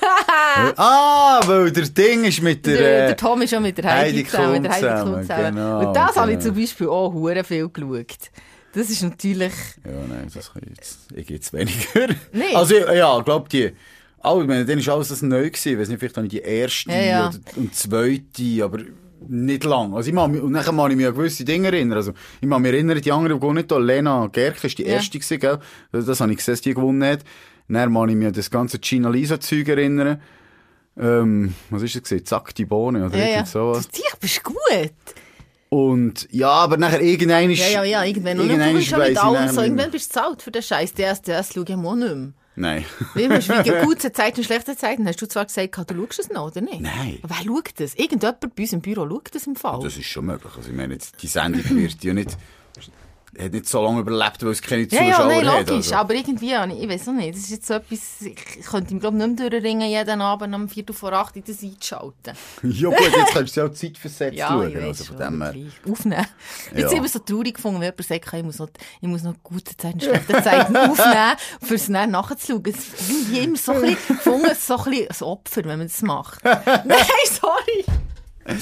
Speaker 1: Ah, weil der Ding ist mit der...
Speaker 2: der,
Speaker 1: äh,
Speaker 2: der Tom ist ja mit der Heidi,
Speaker 1: Heidi
Speaker 2: zusammen. Mit der
Speaker 1: Klum
Speaker 2: Heidi
Speaker 1: zusammen,
Speaker 2: Klum zusammen.
Speaker 1: genau,
Speaker 2: Und das habe ich
Speaker 1: genau.
Speaker 2: zum Beispiel auch hure viel geschaut. Das ist natürlich...
Speaker 1: Ja, nein, das kann ich jetzt... Ich gehe jetzt weniger.
Speaker 2: Nein.
Speaker 1: Also, ich- ja, ich glaube, die... Oh, ich meine, dann war alles das neu. Gewesen. Ich weiß nicht, vielleicht habe ich die erste
Speaker 2: Ja, ja.
Speaker 1: Oder, und zweite, aber nicht lang. Also ich mag mich, und dann kann ich mich an gewisse Dinge erinnern. Also ich mag mich erinnern, die anderen gar nicht an. Lena Gerke war die
Speaker 2: Ja.
Speaker 1: erste, gewesen, gell? Das, das habe ich gesehen, dass die gewonnen hat. Dann mag ich mich an das ganze China-Lisa-Zeug erinnern. Ähm, was ist das gewesen? Zack, die Bohne oder
Speaker 2: Ja, ja.
Speaker 1: irgend sowas.
Speaker 2: Du dich bist gut.
Speaker 1: Und ja, aber nachher irgendein ist...
Speaker 2: Ja, ja, ja. Irgendwann, und
Speaker 1: irgendein
Speaker 2: du bist
Speaker 1: ist,
Speaker 2: schon mit
Speaker 1: weiss ich
Speaker 2: allem
Speaker 1: nachher
Speaker 2: so.
Speaker 1: nicht mehr.
Speaker 2: Irgendwann bist du zu alt für den Scheiß. Der erste, der schaue ich auch nicht mehr.
Speaker 1: Nein.
Speaker 2: Weil man ist wegen guter Zeiten und schlechter Zeiten. Hast du zwar gesagt, du schaust es noch, oder nicht?
Speaker 1: Nein.
Speaker 2: Aber Wer schaut das? Irgendjemand bei uns im Büro schaut das im Fall.
Speaker 1: Das ist schon möglich. Also ich meine, jetzt, die Sendung wird ja nicht... hat nicht so lange überlebt, weil es keine
Speaker 2: Ja,
Speaker 1: Zuschauer
Speaker 2: ja, nein,
Speaker 1: hat.
Speaker 2: logisch.
Speaker 1: also.
Speaker 2: Aber irgendwie, habe ich, ich weiß auch nicht, das ist jetzt so etwas, ich könnte ihm, glaube ich, nicht mehr durchringen, jeden Abend um 4 vor 8 Uhr das einzuschalten.
Speaker 1: Ja gut, jetzt kannst du ja auch zeitversetzt
Speaker 2: Ja,
Speaker 1: schauen.
Speaker 2: ich weiß
Speaker 1: also von
Speaker 2: schon,
Speaker 1: dem her.
Speaker 2: gleich. Aufnehmen.
Speaker 1: Ja.
Speaker 2: Jetzt habe ich so traurig gefunden, wenn jemand sagt, ich muss noch, ich muss noch gute Zeiten, schlechte Zeiten aufnehmen, für es dann nachzuschauen. Es ist irgendwie immer so ein bisschen, gefunden, es ist so ein bisschen ein Opfer, wenn man das macht. Nein, sorry.
Speaker 1: Ja,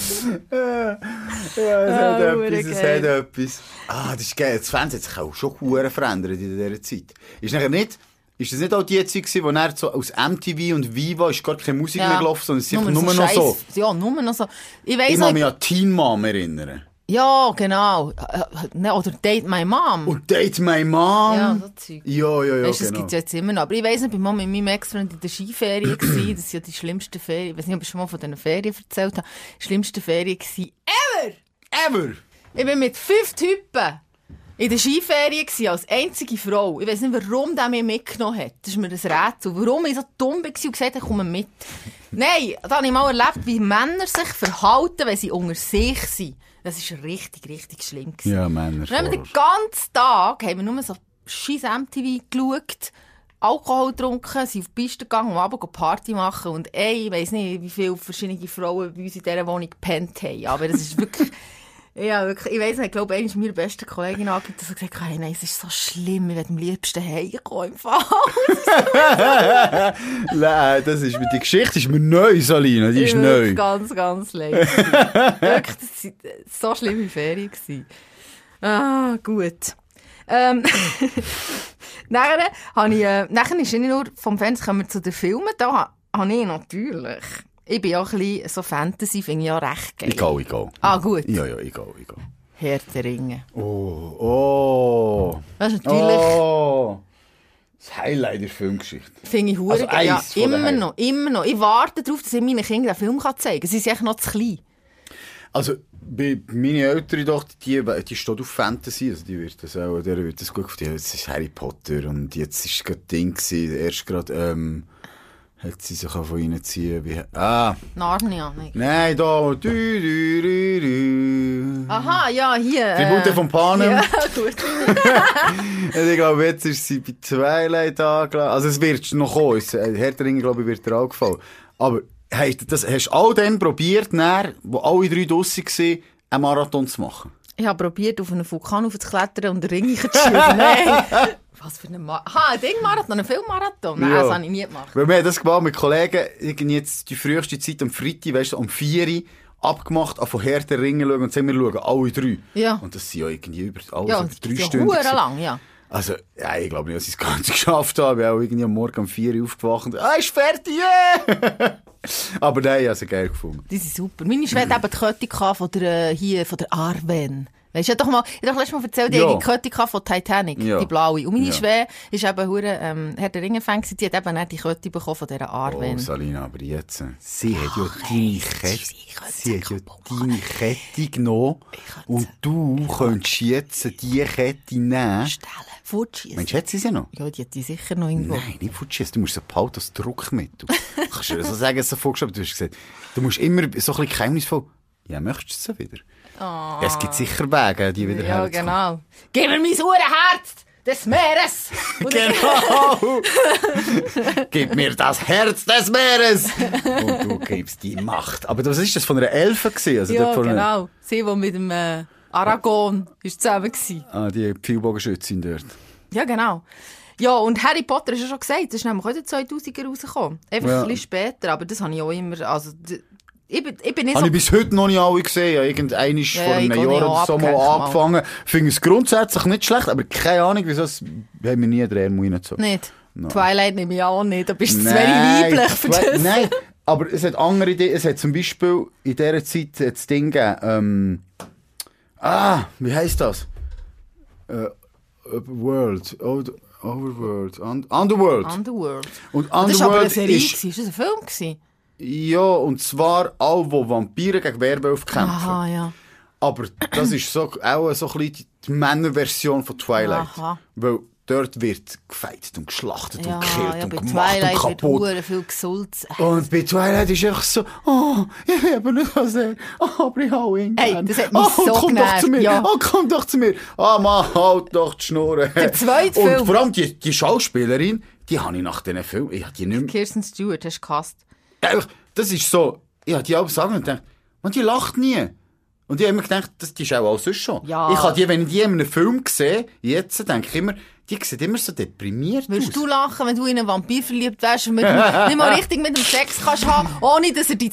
Speaker 1: es hat
Speaker 2: Ah,
Speaker 1: etwas,
Speaker 2: hure
Speaker 1: es
Speaker 2: geil.
Speaker 1: hat etwas. Ah, das ist geil. Das Fernsehen hat sich auch schon hure verändert in dieser Zeit. Ist nachher nicht... Ist das nicht auch die Zeit gewesen, wo er so aus MTV und Viva ist gar keine Musik mehr gelaufen, sondern es ist einfach nur, noch so.
Speaker 2: Scheiss- Ja, nur noch so. Ich
Speaker 1: Ich
Speaker 2: weiss
Speaker 1: kann
Speaker 2: noch,
Speaker 1: mich an Teen Mom erinnern.
Speaker 2: ja, genau. Äh, äh, ne, Oder Date My Mom.
Speaker 1: Und Date My Mom.
Speaker 2: Ja, so Zeug.
Speaker 1: Ja, ja, nou. ja,
Speaker 2: Weißt du, das
Speaker 1: genau.
Speaker 2: gibt es jetzt immer noch. Aber ich weiss nicht, ich war mal mit meinem Ex-Freund in der Skiferie. gewesen. das sind ja die schlimmsten Ferien. Ich weiß nicht, ob ich schon mal von diesen Ferien erzählt habe. Die schlimmste Ferien gewesen ever!
Speaker 1: Ever!
Speaker 2: Ich bin mit fünf Typen in der Skiferie gewesen, als einzige Frau. Ich weiß nicht, warum der mich mitgenommen hat. Das ist mir ein Rätsel. Warum ich so dumm war und gesagt habe, komm mit. Nein, da habe ich mal erlebt, wie Männer sich verhalten, wenn sie unter sich sind. Das ist richtig, richtig schlimm. Gewesen.
Speaker 1: Ja, Männer.
Speaker 2: Wir haben den
Speaker 1: Horror.
Speaker 2: ganzen Tag haben wir nur so scheiß MTV geschaut, Alkohol getrunken, sind auf die Piste gegangen, um abends Party machen. Und ey, ich weiss nicht, wie viele verschiedene Frauen bei uns in dieser Wohnung gepennt haben. Aber das ist wirklich... Ja, wirklich. Ich weiss nicht, ich glaube, eine meiner besten Kollegin angibt, dass sie gesagt hat, hey, nein, es ist so schlimm, ich werde am liebsten heimkommen. im Fall.»
Speaker 1: Nein, das ist, die Geschichte ist mir neu, Salina. Die ist
Speaker 2: Wirklich
Speaker 1: neu.
Speaker 2: Ganz, ganz leid. gewesen. Wirklich, das waren so schlimme Ferien. gewesen. Ah, gut. Ähm, nachher, habe ich, äh, nachher ist ja nicht nur vom Fernsehen, kommen wir zu den Filmen. Da ha- habe ich natürlich. Ich bin ja ein bisschen so Fantasy, finde ich ja recht geil.
Speaker 1: Egal, egal.
Speaker 2: Ah, gut.
Speaker 1: Ja, ja, egal, egal.
Speaker 2: Herr der Ringe.
Speaker 1: Oh, oh.
Speaker 2: Das ist natürlich,
Speaker 1: Oh. Das Highlight der Filmgeschichte.
Speaker 2: finde ich,
Speaker 1: Also
Speaker 2: hure geil.
Speaker 1: eins von
Speaker 2: ja, immer
Speaker 1: daheim.
Speaker 2: noch, immer noch. Ich warte darauf, dass ich meinen Kindern den Film kann zeigen kann. Sie sind echt noch zu klein.
Speaker 1: Also, bei meine ältere Tochter, die, die steht auf Fantasy, also die wird das auch, der wird das gut auf die, jetzt ist Harry Potter und jetzt ist gerade Ding gewesen, erst gerade, ähm, hat sie sich auch von reinziehen, wie, ah,
Speaker 2: Narnia, nicht.
Speaker 1: nein, da, du, du, du, du.
Speaker 2: Aha, ja, hier. äh,
Speaker 1: Tribute von Panem.
Speaker 2: Ja, gut.
Speaker 1: Und ich glaube, jetzt ist sie bei Twilight angelangt. Also, es wird noch kommen. Es, äh, Herr der Ringe, glaube ich, wird dir auch gefallen. Aber, hey, das, hast du all dann probiert, näher, wo alle drei draussen waren, einen Marathon zu machen?
Speaker 2: Ich habe probiert, auf einen Vulkan aufzuklettern und einen Ring reinzuschießen. Nein! Was für ein Marathon? Ha, ein Ding-Marathon, ein Film-Marathon? Nein,
Speaker 1: Ja.
Speaker 2: das habe ich nie gemacht.
Speaker 1: Weil wir haben das gemacht mit Kollegen, irgendwie jetzt die früheste Zeit am Freitag, weißt du, um 4 Uhr, abgemacht, an von Herr der Ringe schauen und sagen, wir schauen alle drei.
Speaker 2: Ja.
Speaker 1: Und das sind ja irgendwie über, alles
Speaker 2: Ja,
Speaker 1: über
Speaker 2: das
Speaker 1: drei
Speaker 2: ist ja
Speaker 1: Stunden. gewesen.
Speaker 2: lang, ja.
Speaker 1: Also, ja, ich glaube nicht, dass ich es ganz geschafft habe. Ich bin auch irgendwie am Morgen um 4 Uhr aufgewacht und, ah, ist fertig! yeah!» Aber nein, ich habe es geil gefunden.
Speaker 2: Das ist super. Meine Schwester hatte eben die Kette gehabt von der, äh, hier, von der Arwen. Weißt du, ich hab doch mal, ich hab doch letztes Mal erzählt, die
Speaker 1: Ja.
Speaker 2: hatte die Kette gehabt von Titanic,
Speaker 1: Ja.
Speaker 2: die blaue. Und meine
Speaker 1: Ja.
Speaker 2: Schwester ist eben hure, ähm, Herr der Ringe-Fan gewesen. die hat eben nicht die Kette bekommen von dieser
Speaker 1: Oh,
Speaker 2: Arwen.
Speaker 1: Salina, aber jetzt. äh, Sie hat ja deine Kette. Sie hat ja deine Kette genommen. Und du könntest jetzt diese Kette nehmen.
Speaker 2: Stellen, fortschießen.
Speaker 1: Mensch, hat sie sie noch?
Speaker 2: Ja, die hat die sicher noch irgendwo.
Speaker 1: Nein, nicht futschiessen. Du musst sie behalten als Druckmittel. Du kannst dir so sagen, dass du sie vorgeschrieben hast. Du hast gesagt, du musst immer so ein bisschen geheimnisvoll. Ja, möchtest du sie wieder? Ja, es gibt sicher Wege, die wieder
Speaker 2: Ah. Ja,
Speaker 1: herzukommen.
Speaker 2: genau. Gib mir mein Hurenherz des Meeres! Und ich-
Speaker 1: Genau! Gib mir das Herz des Meeres! Und du gibst die Macht. Aber was ist das von einer Elfe? gewesen? Also
Speaker 2: Ja,
Speaker 1: dort von einer-
Speaker 2: genau. Sie, die mit dem äh, Aragon ist zusammen war.
Speaker 1: Ah, die Pfeilbogenschützen dort.
Speaker 2: Ja, genau. Ja, und Harry Potter, hast du ja schon gesagt, das ist nämlich auch in den 2000er rausgekommen. Einfach
Speaker 1: Ja.
Speaker 2: ein bisschen später, aber das habe ich auch immer... Also, d- ich, bin, ich bin nicht
Speaker 1: Habe ich
Speaker 2: so...
Speaker 1: bis heute noch nicht alle gesehen. Irgendein ist
Speaker 2: Ja,
Speaker 1: vor
Speaker 2: ja,
Speaker 1: einem
Speaker 2: ich gehe
Speaker 1: Jahr
Speaker 2: auch
Speaker 1: oder so mal
Speaker 2: abgehängt, Mann.
Speaker 1: angefangen. Finde es grundsätzlich nicht schlecht, aber keine Ahnung, wieso es- haben wir nie den Ärmel reingezogen.
Speaker 2: Nicht. Twilight nehme ich auch nicht, da bist du zu wenig
Speaker 1: Nein,
Speaker 2: weiblich für
Speaker 1: zwei-
Speaker 2: das.
Speaker 1: Nein, aber es hat andere Ideen. Es hat zum Beispiel in dieser Zeit hat das Ding gegeben, ähm, ah, wie heisst das? Äh, World, Old- Overworld, Un- Underworld.
Speaker 2: Underworld.
Speaker 1: Und
Speaker 2: Das war aber
Speaker 1: Underworld
Speaker 2: eine Serie,
Speaker 1: ist,
Speaker 2: gewesen. ist das ein Film? Gewesen?
Speaker 1: ja, und zwar alle, die Vampire gegen Werwölfe kämpfen.
Speaker 2: Aha, ja.
Speaker 1: Aber das ist so, auch so ein bisschen die Männerversion von Twilight.
Speaker 2: Aha.
Speaker 1: Weil Dort wird gefeitet und geschlachtet
Speaker 2: Ja,
Speaker 1: und gekillt
Speaker 2: ja,
Speaker 1: und
Speaker 2: bei
Speaker 1: gemacht
Speaker 2: Twilight
Speaker 1: und
Speaker 2: wird
Speaker 1: kaputt.
Speaker 2: hure viel gesulzt.
Speaker 1: Und bei Twilight ist einfach so, oh, ich liebe nicht so sehr, oh, aber ich hau ihn
Speaker 2: Ey,
Speaker 1: gern.
Speaker 2: das hat mich
Speaker 1: oh,
Speaker 2: so
Speaker 1: komm doch
Speaker 2: genervt,
Speaker 1: zu mir,
Speaker 2: ja.
Speaker 1: oh, komm doch zu mir. Ah, Mann, halt doch die Schnurre.
Speaker 2: Der zweite
Speaker 1: Und
Speaker 2: Film.
Speaker 1: vor allem die, die Schauspielerin, die habe ich nach diesen Film, ich habe die nicht mehr,
Speaker 2: Kirsten Stewart hast du gehasst.
Speaker 1: ehrlich, das ist so, ich habe die auch sagen und gedacht, man, die lacht nie. Und ich habe immer gedacht, das die ist auch alles sonst schon.
Speaker 2: Ja.
Speaker 1: Ich habe die, wenn ich die in einem Film sehe, jetzt denke ich immer, die sieht immer so deprimiert aus.
Speaker 2: Würdest du lachen, wenn du in einen Vampir verliebt wärst und mit dem, nicht mal richtig mit dem Sex kannst haben, ohne dass er dich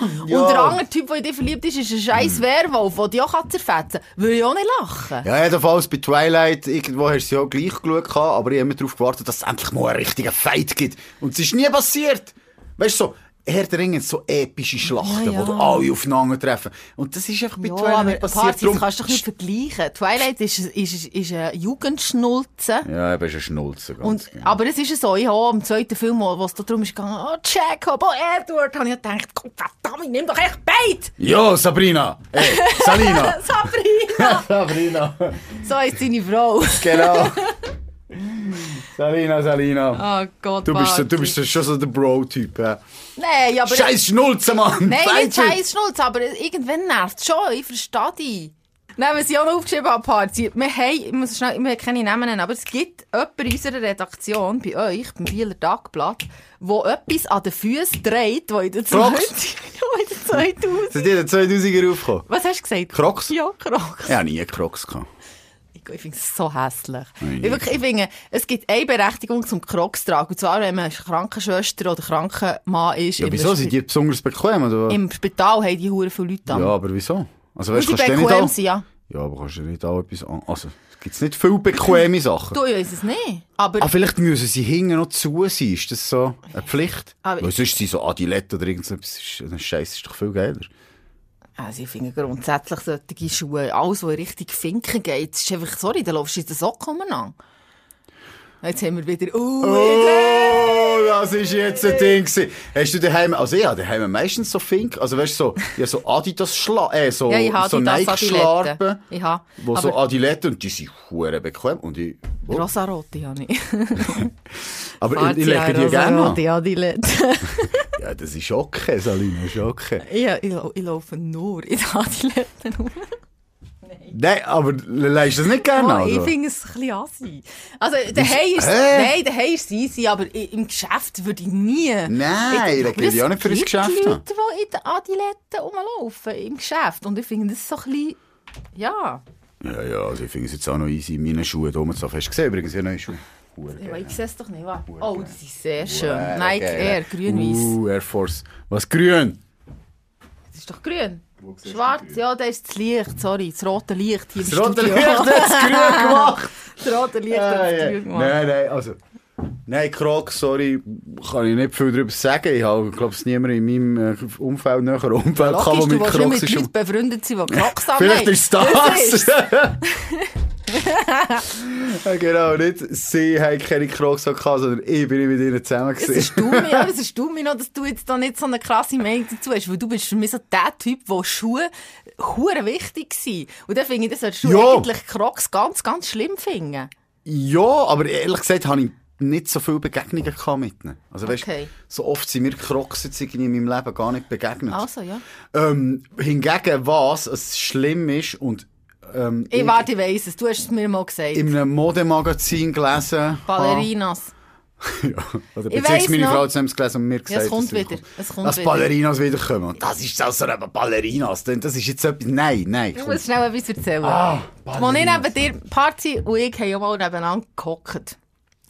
Speaker 1: Ja. Hm.
Speaker 2: Und der andere Typ, der in dich verliebt ist, ist ein scheiß Werwolf, der dich auch kann zerfetzen kann. Würde ich auch nicht lachen.
Speaker 1: Ja, jedenfalls bei Twilight, irgendwo hast du ja auch gleich geschaut, gehabt, aber ich habe immer darauf gewartet, dass es endlich mal einen richtigen Fight gibt. Und es ist nie passiert. Weißt du, so, Herr der Ringe, so epische Schlachten,
Speaker 2: Ja, ja.
Speaker 1: wo du alle aufeinandertreffen. Und das ist einfach bei Twilight nicht passiert.
Speaker 2: Partys
Speaker 1: Drum-
Speaker 2: kannst du doch nicht vergleichen. Twilight ist, ist, ist, ist ein Jugendschnulze.
Speaker 1: ja, eben ist ein Schnulzen. ganz
Speaker 2: Und,
Speaker 1: genau.
Speaker 2: aber es ist ja so, ich habe im zweiten Film, wo wo es darum ging, oh Jacob, oh Edward, habe ich gedacht, Gott, verdammt, nimm doch echt beide!
Speaker 1: Ja, Sabrina! Ey, Salina!
Speaker 2: Sabrina!
Speaker 1: Sabrina!
Speaker 2: so heisst seine Frau.
Speaker 1: genau! Salina, Salina!
Speaker 2: Oh Gott,
Speaker 1: Du bist, so, du
Speaker 2: Barty.
Speaker 1: bist so, schon so der Bro-Typ. Ja.
Speaker 2: Nein, aber...
Speaker 1: Scheiß Schnulzen, Mann!
Speaker 2: Nein,
Speaker 1: Fight
Speaker 2: nicht
Speaker 1: mit-
Speaker 2: scheiß Schnulz, aber irgendwann nervt es schon, ich verstehe dich. Nein, was ich auch noch aufgeschrieben habe, Party, wir haben, ich muss schnell, wir keine Namen nennen, aber es gibt jemanden in unserer Redaktion, bei euch, beim Bieler Tagblatt, wo etwas an den Füßen dreht, wo in der
Speaker 1: Crocs?
Speaker 2: 2000... wo in der 2000...
Speaker 1: Sind die in den 2000er aufgekommen?
Speaker 2: Was hast du gesagt?
Speaker 1: Crocs?
Speaker 2: Ja, Crocs.
Speaker 1: Ich habe nie Crocs gehabt.
Speaker 2: Ich, ich finde es so hässlich.
Speaker 1: Nein.
Speaker 2: Ich, wirklich, ich finde, es gibt eine Berechtigung zum Crocs tragen, und zwar, wenn man Krankenschwester oder Krankenmann ist.
Speaker 1: Ja,
Speaker 2: im
Speaker 1: wieso sind die besonders bequem? Oder?
Speaker 2: Im Spital haben die hure viele Leute
Speaker 1: ja,
Speaker 2: an.
Speaker 1: aber wieso? Also,
Speaker 2: Weil
Speaker 1: weißt,
Speaker 2: die
Speaker 1: kannst du nicht
Speaker 2: bequem
Speaker 1: auch,
Speaker 2: sind, ja.
Speaker 1: ja, aber kannst du nicht auch etwas an. Also, es gibt nicht viele bequeme Sachen.
Speaker 2: Du, ich weiss es nicht. Aber,
Speaker 1: Ah, vielleicht müssen sie hinten noch zu sein. Ist das so eine Pflicht?
Speaker 2: Aber-
Speaker 1: Weil sonst sind so Adilette oder irgendetwas. Scheiße ist doch viel geiler.
Speaker 2: also ich finde grundsätzlich solche Schuhe, alles, was in Richtung Finken geht, ist einfach, sorry, da laufst du in den Socken umeinander. Jetzt haben wir wieder, uh,
Speaker 1: Oh, das ist jetzt ein Ding. gewesen. Hast du daheim, also ich habe daheim meistens so Fink, also weißt du, so, ja, so Adidas Schla äh, so,
Speaker 2: Ja, ich habe
Speaker 1: so
Speaker 2: Adidas
Speaker 1: Nike-Schlarpen,
Speaker 2: Adilette. Ich habe.
Speaker 1: wo so Adilette und die sind hure bequem und ich, oh,
Speaker 2: rosarote habe ich.
Speaker 1: aber ich, ich lege die gerne an.
Speaker 2: Ja, die Leute.
Speaker 1: Ja, das ist okay, Salina, ist okay.
Speaker 2: Ich, ich, lau- ich laufe nur in den Adiletten rum.
Speaker 1: Nein, aber leist das nicht gerne
Speaker 2: Oh,
Speaker 1: an?
Speaker 2: ich
Speaker 1: oder?
Speaker 2: finde es ein bisschen assi. Also, daheim ist
Speaker 1: Genau, Hä?
Speaker 2: nein, daheim ist es easy, aber i- im Geschäft würde ich nie.
Speaker 1: Nein, da
Speaker 2: aber
Speaker 1: gehe ich
Speaker 2: es
Speaker 1: auch nicht für das
Speaker 2: gibt
Speaker 1: Geschäft an.
Speaker 2: Leute, die in den Adiletten rumlaufen, im Geschäft. Und ich finde das so ein bisschen, ja.
Speaker 1: Ja, ja, also ich finde es jetzt auch noch easy, in meinen Schuhen da rumzulaufen. Hast du gesehen übrigens, ja, neue Schuhe? Hure
Speaker 2: Ja,
Speaker 1: geil.
Speaker 2: Ich sehe es doch nicht, wa? Oh, die sind sehr schön.
Speaker 1: Hure
Speaker 2: Nike
Speaker 1: geil.
Speaker 2: Air, grün-weiß.
Speaker 1: Uh, Air Force. Was, grün?
Speaker 2: Das ist doch grün. Schwarz, ja, da ist das Licht, sorry, das rote Licht hier im
Speaker 1: Das rote
Speaker 2: Studio.
Speaker 1: Licht hat es grün gemacht.
Speaker 2: Das rote Licht hat
Speaker 1: Ah,
Speaker 2: das
Speaker 1: ja.
Speaker 2: grün gemacht.
Speaker 1: Nein, nein, also... Nein, Crocs, sorry, kann ich nicht viel darüber sagen. Ich habe, glaube ich, niemand in meinem äh, Umfeld, näheren Umfeld,
Speaker 2: Logisch,
Speaker 1: kann, der
Speaker 2: du
Speaker 1: mit
Speaker 2: willst nicht
Speaker 1: Crocs
Speaker 2: mit
Speaker 1: ist.
Speaker 2: Leuten befreundet sein, die Crocs haben.
Speaker 1: Vielleicht ist
Speaker 2: Ah, Das
Speaker 1: das.
Speaker 2: ist-
Speaker 1: ja, genau, nicht sie haben keine Crocs gehabt, sondern ich bin mit ihnen zusammen.
Speaker 2: Es
Speaker 1: gewesen.
Speaker 2: erstaunt mich, aber es erstaunt mich noch, dass du jetzt da nicht so eine krasse Meinung dazu hast, weil du bist für mich so der Typ, wo Schuhe hure wichtig sind. Und dann finde ich, das solltest du
Speaker 1: Ja.
Speaker 2: eigentlich Crocs ganz, ganz schlimm finden.
Speaker 1: Ja, aber ehrlich gesagt habe ich nicht so viele Begegnungen gehabt mit ihnen. Also weißt,
Speaker 2: Okay.
Speaker 1: so oft sind mir Crocs jetzt irgendwie in meinem Leben gar nicht begegnet.
Speaker 2: Also, ja.
Speaker 1: Ähm, hingegen, was es schlimm ist und ähm,
Speaker 2: Ich
Speaker 1: in-
Speaker 2: warte, ich weiss es. Du hast es mir mal gesagt.
Speaker 1: in einem Modemagazin gelesen
Speaker 2: Ballerinas.
Speaker 1: Ah. habe. ja. Oder
Speaker 2: Ich
Speaker 1: beziehungsweise meine
Speaker 2: weiss noch.
Speaker 1: Frau hat es nämlich gelesen und mir gesagt,
Speaker 2: es kommt
Speaker 1: dass sie
Speaker 2: wieder.
Speaker 1: kommt.
Speaker 2: Es kommt
Speaker 1: dass
Speaker 2: wieder.
Speaker 1: Ballerinas wiederkommen. Und das ist also eben Ballerinas. denn Das ist jetzt etwas... Nein, nein.
Speaker 2: Ich
Speaker 1: komm.
Speaker 2: muss schnell etwas erzählen.
Speaker 1: Ah,
Speaker 2: Als ich
Speaker 1: Ballerinas.
Speaker 2: neben dir, Party und ich, haben ja mal nebeneinander gehockt.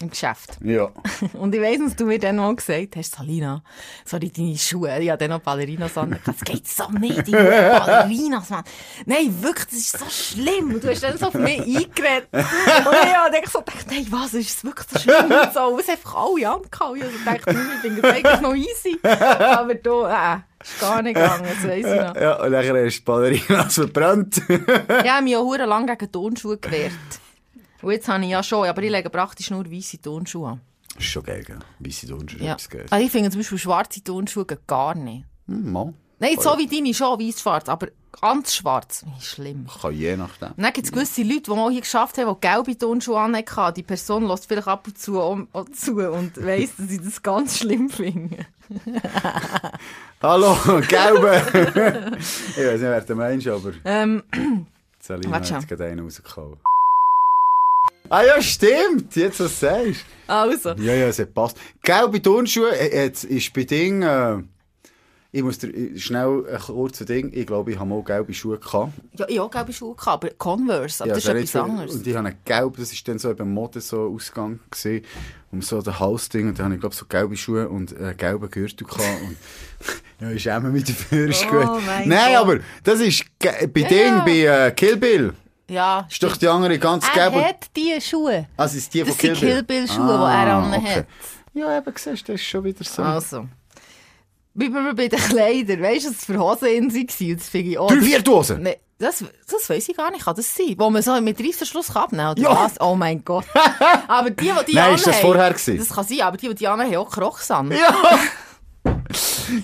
Speaker 2: Im Geschäft.
Speaker 1: Ja.
Speaker 2: Und ich weiss, dass du mir dann mal gesagt hast, Salina, sorry, deine Schuhe, ich habe dann noch Ballerinas an. Das geht so nicht, die Ballerinas, Mann. Nein, wirklich, das ist so schlimm. Und du hast dann so auf mich eingeredet. Und ich habe dann so gedacht, nein, was, ist es wirklich so schlimm? Und so, und es einfach alle angehauen. Und ich dachte, nein, ich finde das eigentlich noch easy. Aber du, äh, ist gar nicht gegangen, das weiss ich noch.
Speaker 1: ja, und dann hast du Ballerinas verbrannt.
Speaker 2: Ich habe mich ja hure lang gegen Turnschuhe gewehrt. Und jetzt habe ich ja schon, aber ich lege praktisch nur weiße Turnschuhe an.
Speaker 1: Das ist schon geil, gell? Weisse Dunst ist
Speaker 2: Ja.
Speaker 1: etwas geil.
Speaker 2: Also ich finde zum Beispiel schwarze Turnschuhe gehen gar nicht.
Speaker 1: Hm, mal.
Speaker 2: Nein, so wie deine schon, weiss schwarz, aber ganz schwarz, ist schlimm.
Speaker 1: Kann je nachdem.
Speaker 2: Und Dann gibt es gewisse Leute, die mal hier geschafft haben, die gelbe Turnschuhe anhatten. Die Person lässt vielleicht ab und zu auch, auch zu und weiss, dass sie das ganz schlimm finden.
Speaker 1: Hallo, Gelbe! ich weiß nicht, wer du meinst, aber
Speaker 2: Ähm,
Speaker 1: Selina hat
Speaker 2: Warte
Speaker 1: jetzt
Speaker 2: schon.
Speaker 1: gerade einen rausgehauen. Ah ja, stimmt! Jetzt, was du sagst
Speaker 2: also.
Speaker 1: Ja, ja, es hat passt. Gelbe Turnschuhe, äh, jetzt ist bei Ding... Äh, ich muss dir äh, schnell ein kurzes Ding... Ich glaube, ich habe mal gelbe Schuhe gehabt.
Speaker 2: Ja, ich auch gelbe Schuhe, gehabt, aber Converse, aber das ist
Speaker 1: also
Speaker 2: etwas
Speaker 1: nicht viel-
Speaker 2: anderes.
Speaker 1: Und ich habe gelb, das war dann so eben Mode so Ausgang gewesen, um so den Halsding und dann habe ich glaube so gelbe Schuhe und einen gelben Gürtel gehabt und ja, ich schäme mich dafür, ist
Speaker 2: Oh
Speaker 1: gut.
Speaker 2: mein
Speaker 1: Nein,
Speaker 2: Gott.
Speaker 1: aber das ist ge- bei
Speaker 2: Ja,
Speaker 1: Ding,
Speaker 2: ja.
Speaker 1: bei äh, Kill Bill,
Speaker 2: Ja,
Speaker 1: ist doch die andere ganz
Speaker 4: Er
Speaker 1: gelb. und-
Speaker 4: hat diese Schuhe.
Speaker 1: Also ist die
Speaker 2: das
Speaker 1: von Kill
Speaker 2: sind
Speaker 1: Bill.
Speaker 2: Kill Bill-Schuhe, die er
Speaker 1: Ah,
Speaker 2: an
Speaker 1: okay.
Speaker 2: hat.
Speaker 1: Ja, eben, siehst du, das ist schon wieder so.
Speaker 2: Also. Bleiben wir bei den Kleidern. Weißt du, was für Hosen in sie waren? Das finde ich auch.
Speaker 1: Drei, vier Dosen!
Speaker 2: Nee, das, das weiß ich gar nicht. Kann das sein? Wo man so mit Reissverschluss kann abnehmen oder
Speaker 1: Ja.
Speaker 2: was? Oh mein Gott. Aber die, die die
Speaker 1: Nein, ist das
Speaker 2: anhaben-
Speaker 1: vorher gewesen?
Speaker 2: Das kann sein, aber die, die die anhaben, haben auch Crocs an.
Speaker 1: Ja!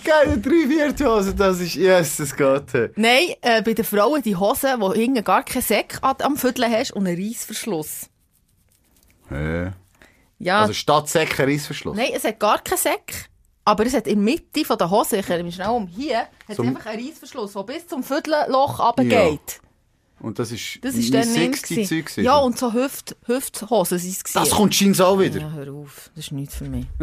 Speaker 1: Geile drei, vier Dosen, das ist, yes, das geht. äh.
Speaker 2: Nein, äh, bei den Frauen die Hosen, wo hinten gar keinen Säck an- am Viertel hast und einen Reissverschluss.
Speaker 1: Hä?
Speaker 2: Ja,
Speaker 1: Also statt Säcker Reissverschluss.
Speaker 2: nein, es hat gar keinen Säck, aber es hat in der Mitte von der Hose, ich erinnere mich schnell um, hier, hat es
Speaker 1: Zum-
Speaker 2: einfach einen Reissverschluss, der bis zum Viertelloch runtergeht.
Speaker 1: Und das ist
Speaker 2: Das ist dann
Speaker 1: mein
Speaker 2: nicht
Speaker 1: 60 Zeug.
Speaker 2: gewesen.
Speaker 1: gewesen.
Speaker 2: Ja, und so Hüft, Hüfthosen sind es
Speaker 1: das
Speaker 2: gewesen.
Speaker 1: kommt scheinbar auch wieder.
Speaker 2: Ja, hör auf, das ist nichts für mich.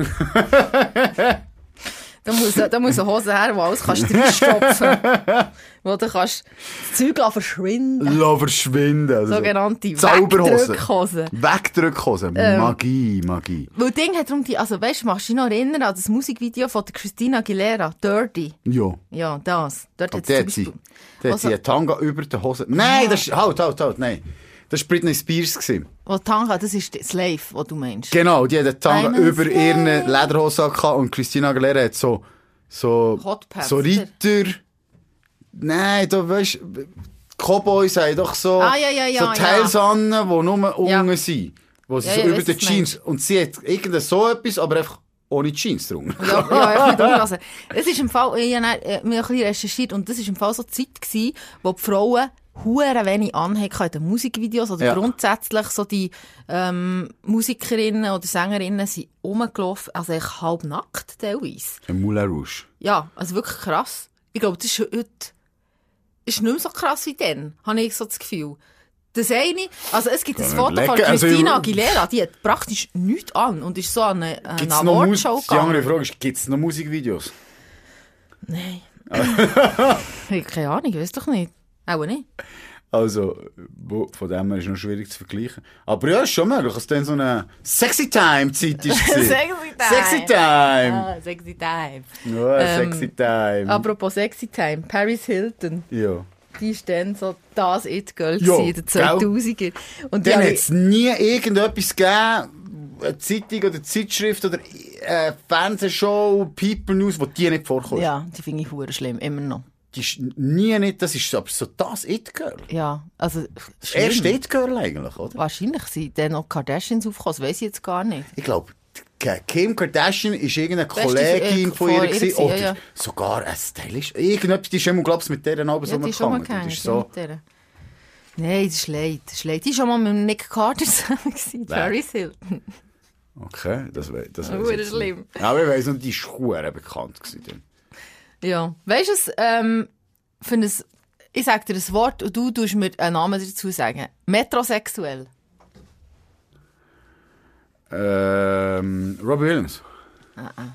Speaker 2: da, muss, da muss eine Hose her, wo alles kannst reinstopfen. wo du kannst das Zeug lassen verschwinden
Speaker 1: Lass verschwinden. Also.
Speaker 2: Sogenannte Ähm.
Speaker 1: Zauberhosen.
Speaker 2: Wegdrückhosen.
Speaker 1: Wegdrückhosen. Magie, Magie.
Speaker 2: Weil Ding hat darum die, also weißt du, machst du dich noch erinnern an das Musikvideo von der Christina Aguilera, Dirty.
Speaker 1: Ja.
Speaker 2: Ja, das. Dort
Speaker 1: Und
Speaker 2: hat's
Speaker 1: der
Speaker 2: zum
Speaker 1: hat sie,
Speaker 2: Beispiel...
Speaker 1: der hat
Speaker 2: Also-
Speaker 1: sie einen Tanga über der Hose. Nein, das ist, halt, halt, halt, nein. Das war Britney Spears. Gewesen.
Speaker 2: Wo die Tanga, das ist die Slave, was du meinst.
Speaker 1: Genau, die hat den Tanga
Speaker 2: I'm a
Speaker 1: über
Speaker 2: slave.
Speaker 1: ihren Lederhose gehabt und Christina Aguilera hat so, so,
Speaker 2: Hot Pads,
Speaker 1: so
Speaker 2: oder?
Speaker 1: Ritter. Nein, da weißt Cowboys haben doch so,
Speaker 2: Ah, ja, ja, ja,
Speaker 1: so Teils an, die nur unten
Speaker 2: Ja.
Speaker 1: sind. Wo sie
Speaker 2: Ja,
Speaker 1: so
Speaker 2: ja,
Speaker 1: über
Speaker 2: weiss,
Speaker 1: den
Speaker 2: was du
Speaker 1: Jeans. Und sie hat irgendwie so etwas, aber einfach ohne Jeans drunter.
Speaker 2: Ja, ja, ich kann nicht umlassen. Es ist im Fall, ich habe dann, äh, mich ein bisschen recherchiert und das war im Fall so die Zeit, gewesen, wo die Frauen hure wenig anhaben in den Musikvideos oder
Speaker 1: Ja.
Speaker 2: grundsätzlich so die ähm, Musikerinnen oder Sängerinnen sind rumgelaufen, also echt halbnackt teilweise.
Speaker 1: Ein Moulin Rouge.
Speaker 2: Ja, also wirklich krass. Ich glaube, das ist heute ist nicht mehr so krass wie dann, habe ich so das Gefühl. Das eine, also es gibt ein
Speaker 1: Kann
Speaker 2: Foto
Speaker 1: nicht
Speaker 2: von
Speaker 1: lecken. Also ich-
Speaker 2: Christina Aguilera, die hat praktisch nichts an und ist so an eine, an eine
Speaker 1: Gibt's noch Mus-
Speaker 2: Awardshow
Speaker 1: Die andere Frage ist, gibt es noch Musikvideos?
Speaker 2: Nein. ich keine Ahnung, ich weiß doch nicht. Auch nicht.
Speaker 1: Also, wo- von dem her ist noch schwierig zu vergleichen. Aber ja, ist schon möglich, dass dann so eine Sexy Time-Zeit war.
Speaker 2: Sexy Time.
Speaker 1: Sexy Time!
Speaker 2: Ah, sexy Time.
Speaker 1: Ja,
Speaker 2: Ähm,
Speaker 1: Sexy Time.
Speaker 2: Apropos Sexy Time, Paris Hilton,
Speaker 1: ja.
Speaker 2: die ist dann so das It-Girl
Speaker 1: Ja,
Speaker 2: gewesen in den
Speaker 1: gell?
Speaker 2: 2000er. Und die
Speaker 1: Dann
Speaker 2: habe
Speaker 1: hat
Speaker 2: ich-
Speaker 1: es nie irgendetwas gegeben, eine Zeitung oder Zeitschrift oder eine Fernsehshow, People News, wo die nicht vorkommt.
Speaker 2: ja, die finde ich hure schlimm, immer noch.
Speaker 1: Die ist nie nicht, das ist aber so das It-Girl.
Speaker 2: Ja, also schlimm.
Speaker 1: Erst It-Girl eigentlich, oder?
Speaker 2: Wahrscheinlich sind dann noch die Kardashians aufgekommen, das weiß ich jetzt gar nicht.
Speaker 1: Ich glaube, Kim Kardashian ist irgendeine
Speaker 2: Beste
Speaker 1: Kollegin
Speaker 2: Fre-
Speaker 1: von ihr
Speaker 2: äh, von ihr
Speaker 1: gewesen,
Speaker 2: gewesen,
Speaker 1: oder
Speaker 2: ja, ja.
Speaker 1: sogar ein Stylist. Irgendetwas, die ist immer, glaube ich, mit deren Abend
Speaker 2: Ja, die ist schon mal gegangen,
Speaker 1: ist so,
Speaker 2: mit der. Nein, das ist leid, das ist leid. Die war schon mal mit dem Nick Carter zusammen, gewesen,
Speaker 1: Wer?
Speaker 2: Paris Hilton.
Speaker 1: okay, das wäre das
Speaker 2: Ja,
Speaker 1: weiss
Speaker 2: gut,
Speaker 1: ich
Speaker 2: das
Speaker 1: jetzt
Speaker 2: ist
Speaker 1: nicht.
Speaker 2: schlimm.
Speaker 1: Ja, aber ich weiss, und die ist verdammt bekannt gewesen. dann.
Speaker 2: Ja. Weißt du, es, ähm, für ein, ich sage dir ein Wort und du tust mir einen Namen dazu sagen. Metrosexuell.
Speaker 1: Ähm, Robbie Williams.
Speaker 2: Uh-uh.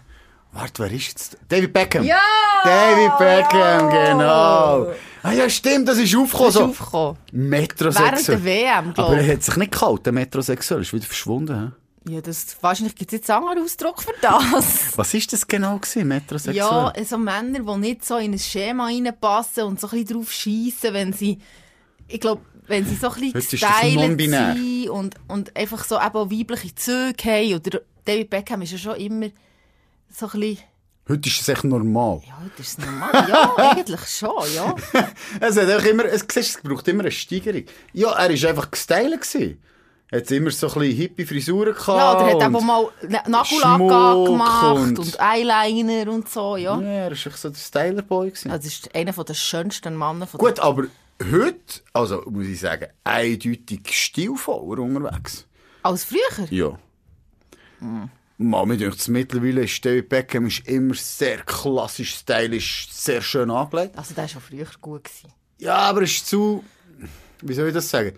Speaker 1: Warte, wer ist jetzt? David Beckham.
Speaker 2: Ja!
Speaker 1: David Beckham, genau. Ah ja, stimmt, das ist aufgekommen.
Speaker 2: Ist
Speaker 1: So.
Speaker 2: aufgekommen. Während der
Speaker 1: Metrosexuell.
Speaker 2: WM,
Speaker 1: Also, Aber äh,
Speaker 2: glaube ich.
Speaker 1: er hat sich nicht gehalten, metrosexuell. Ist wieder verschwunden. He?
Speaker 2: Ja, das, wahrscheinlich gibt es jetzt einen anderen Ausdruck für das.
Speaker 1: Was ist das genau gewesen, metrosexuell?
Speaker 2: ja, so Männer, die nicht so in ein Schema reinpassen und so ein bisschen drauf schiessen, wenn sie, ich glaube, wenn sie so ein bisschen
Speaker 1: Heute ist das
Speaker 2: gestylt
Speaker 1: non-binär.
Speaker 2: sind und, und einfach so eben auch weibliche Züge haben. Oder David Beckham ist ja schon immer so ein bisschen...
Speaker 1: Heute ist es echt normal.
Speaker 2: Ja, das ist normal. Ja, eigentlich schon, ja.
Speaker 1: Es, hat auch immer, es, siehst, du, es braucht immer eine Steigerung. Ja, er war einfach gestylt. Gewesen. Hat immer so ein bisschen Hippie-Frisuren gehabt.
Speaker 2: Ja, oder hat eben
Speaker 1: und-
Speaker 2: mal Na- Nagellack
Speaker 1: Schmuck
Speaker 2: gemacht und,
Speaker 1: und
Speaker 2: Eyeliner und so, ja.
Speaker 1: Ja, er war echt so der Styler-Boy. gewesen.
Speaker 2: Also ist einer von der schönsten Männer von
Speaker 1: Gut, aber heute, also muss ich sagen, eindeutig stilvoller unterwegs.
Speaker 2: der, als früher.
Speaker 1: Ja. Man, mir denkt, mittlerweile ist David Beckham ist immer sehr klassisch, stylisch, sehr schön angelegt.
Speaker 2: Also der war schon früher gut. Gewesen.
Speaker 1: Ja, aber es ist zu. Wie soll ich das sagen?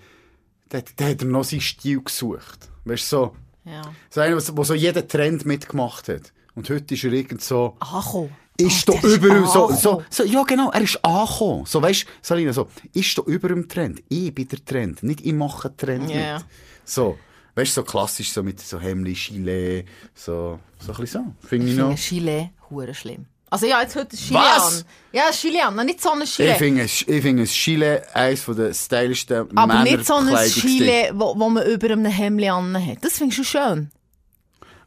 Speaker 1: Da hat der hat er noch seinen Stil gesucht. Weißt du, so,
Speaker 2: Ja.
Speaker 1: so einer, der so jeden Trend mitgemacht hat. Und heute ist er irgend so.
Speaker 2: Ach komm.
Speaker 1: Ist
Speaker 2: Oh,
Speaker 1: doch
Speaker 2: der
Speaker 1: überall so,
Speaker 2: angekommen.
Speaker 1: so, so. Ja, genau, er ist angekommen. So, weißt du, Salina, so. Ist doch über dem Trend. Ich bin der Trend. Nicht ich mache Trend.
Speaker 2: Ja.
Speaker 1: Mit. So, weißt du, so klassisch, so mit so Hemli, Chile, so. So ein bisschen so. Finde
Speaker 2: Ich
Speaker 1: ich
Speaker 2: finde
Speaker 1: noch.
Speaker 2: Chile hure schlimm. Also ja, jetzt heute Chile
Speaker 1: Was?
Speaker 2: an. Ja, Chile an, nicht so ein
Speaker 1: Ich
Speaker 2: Chile.
Speaker 1: finde es- ich finde es Chile eines der stylischsten
Speaker 2: aber nicht so ein
Speaker 1: Männerkleidungsstücke.
Speaker 2: Chile, wo, wo man über einem Hemd an hat. Das findest du schön.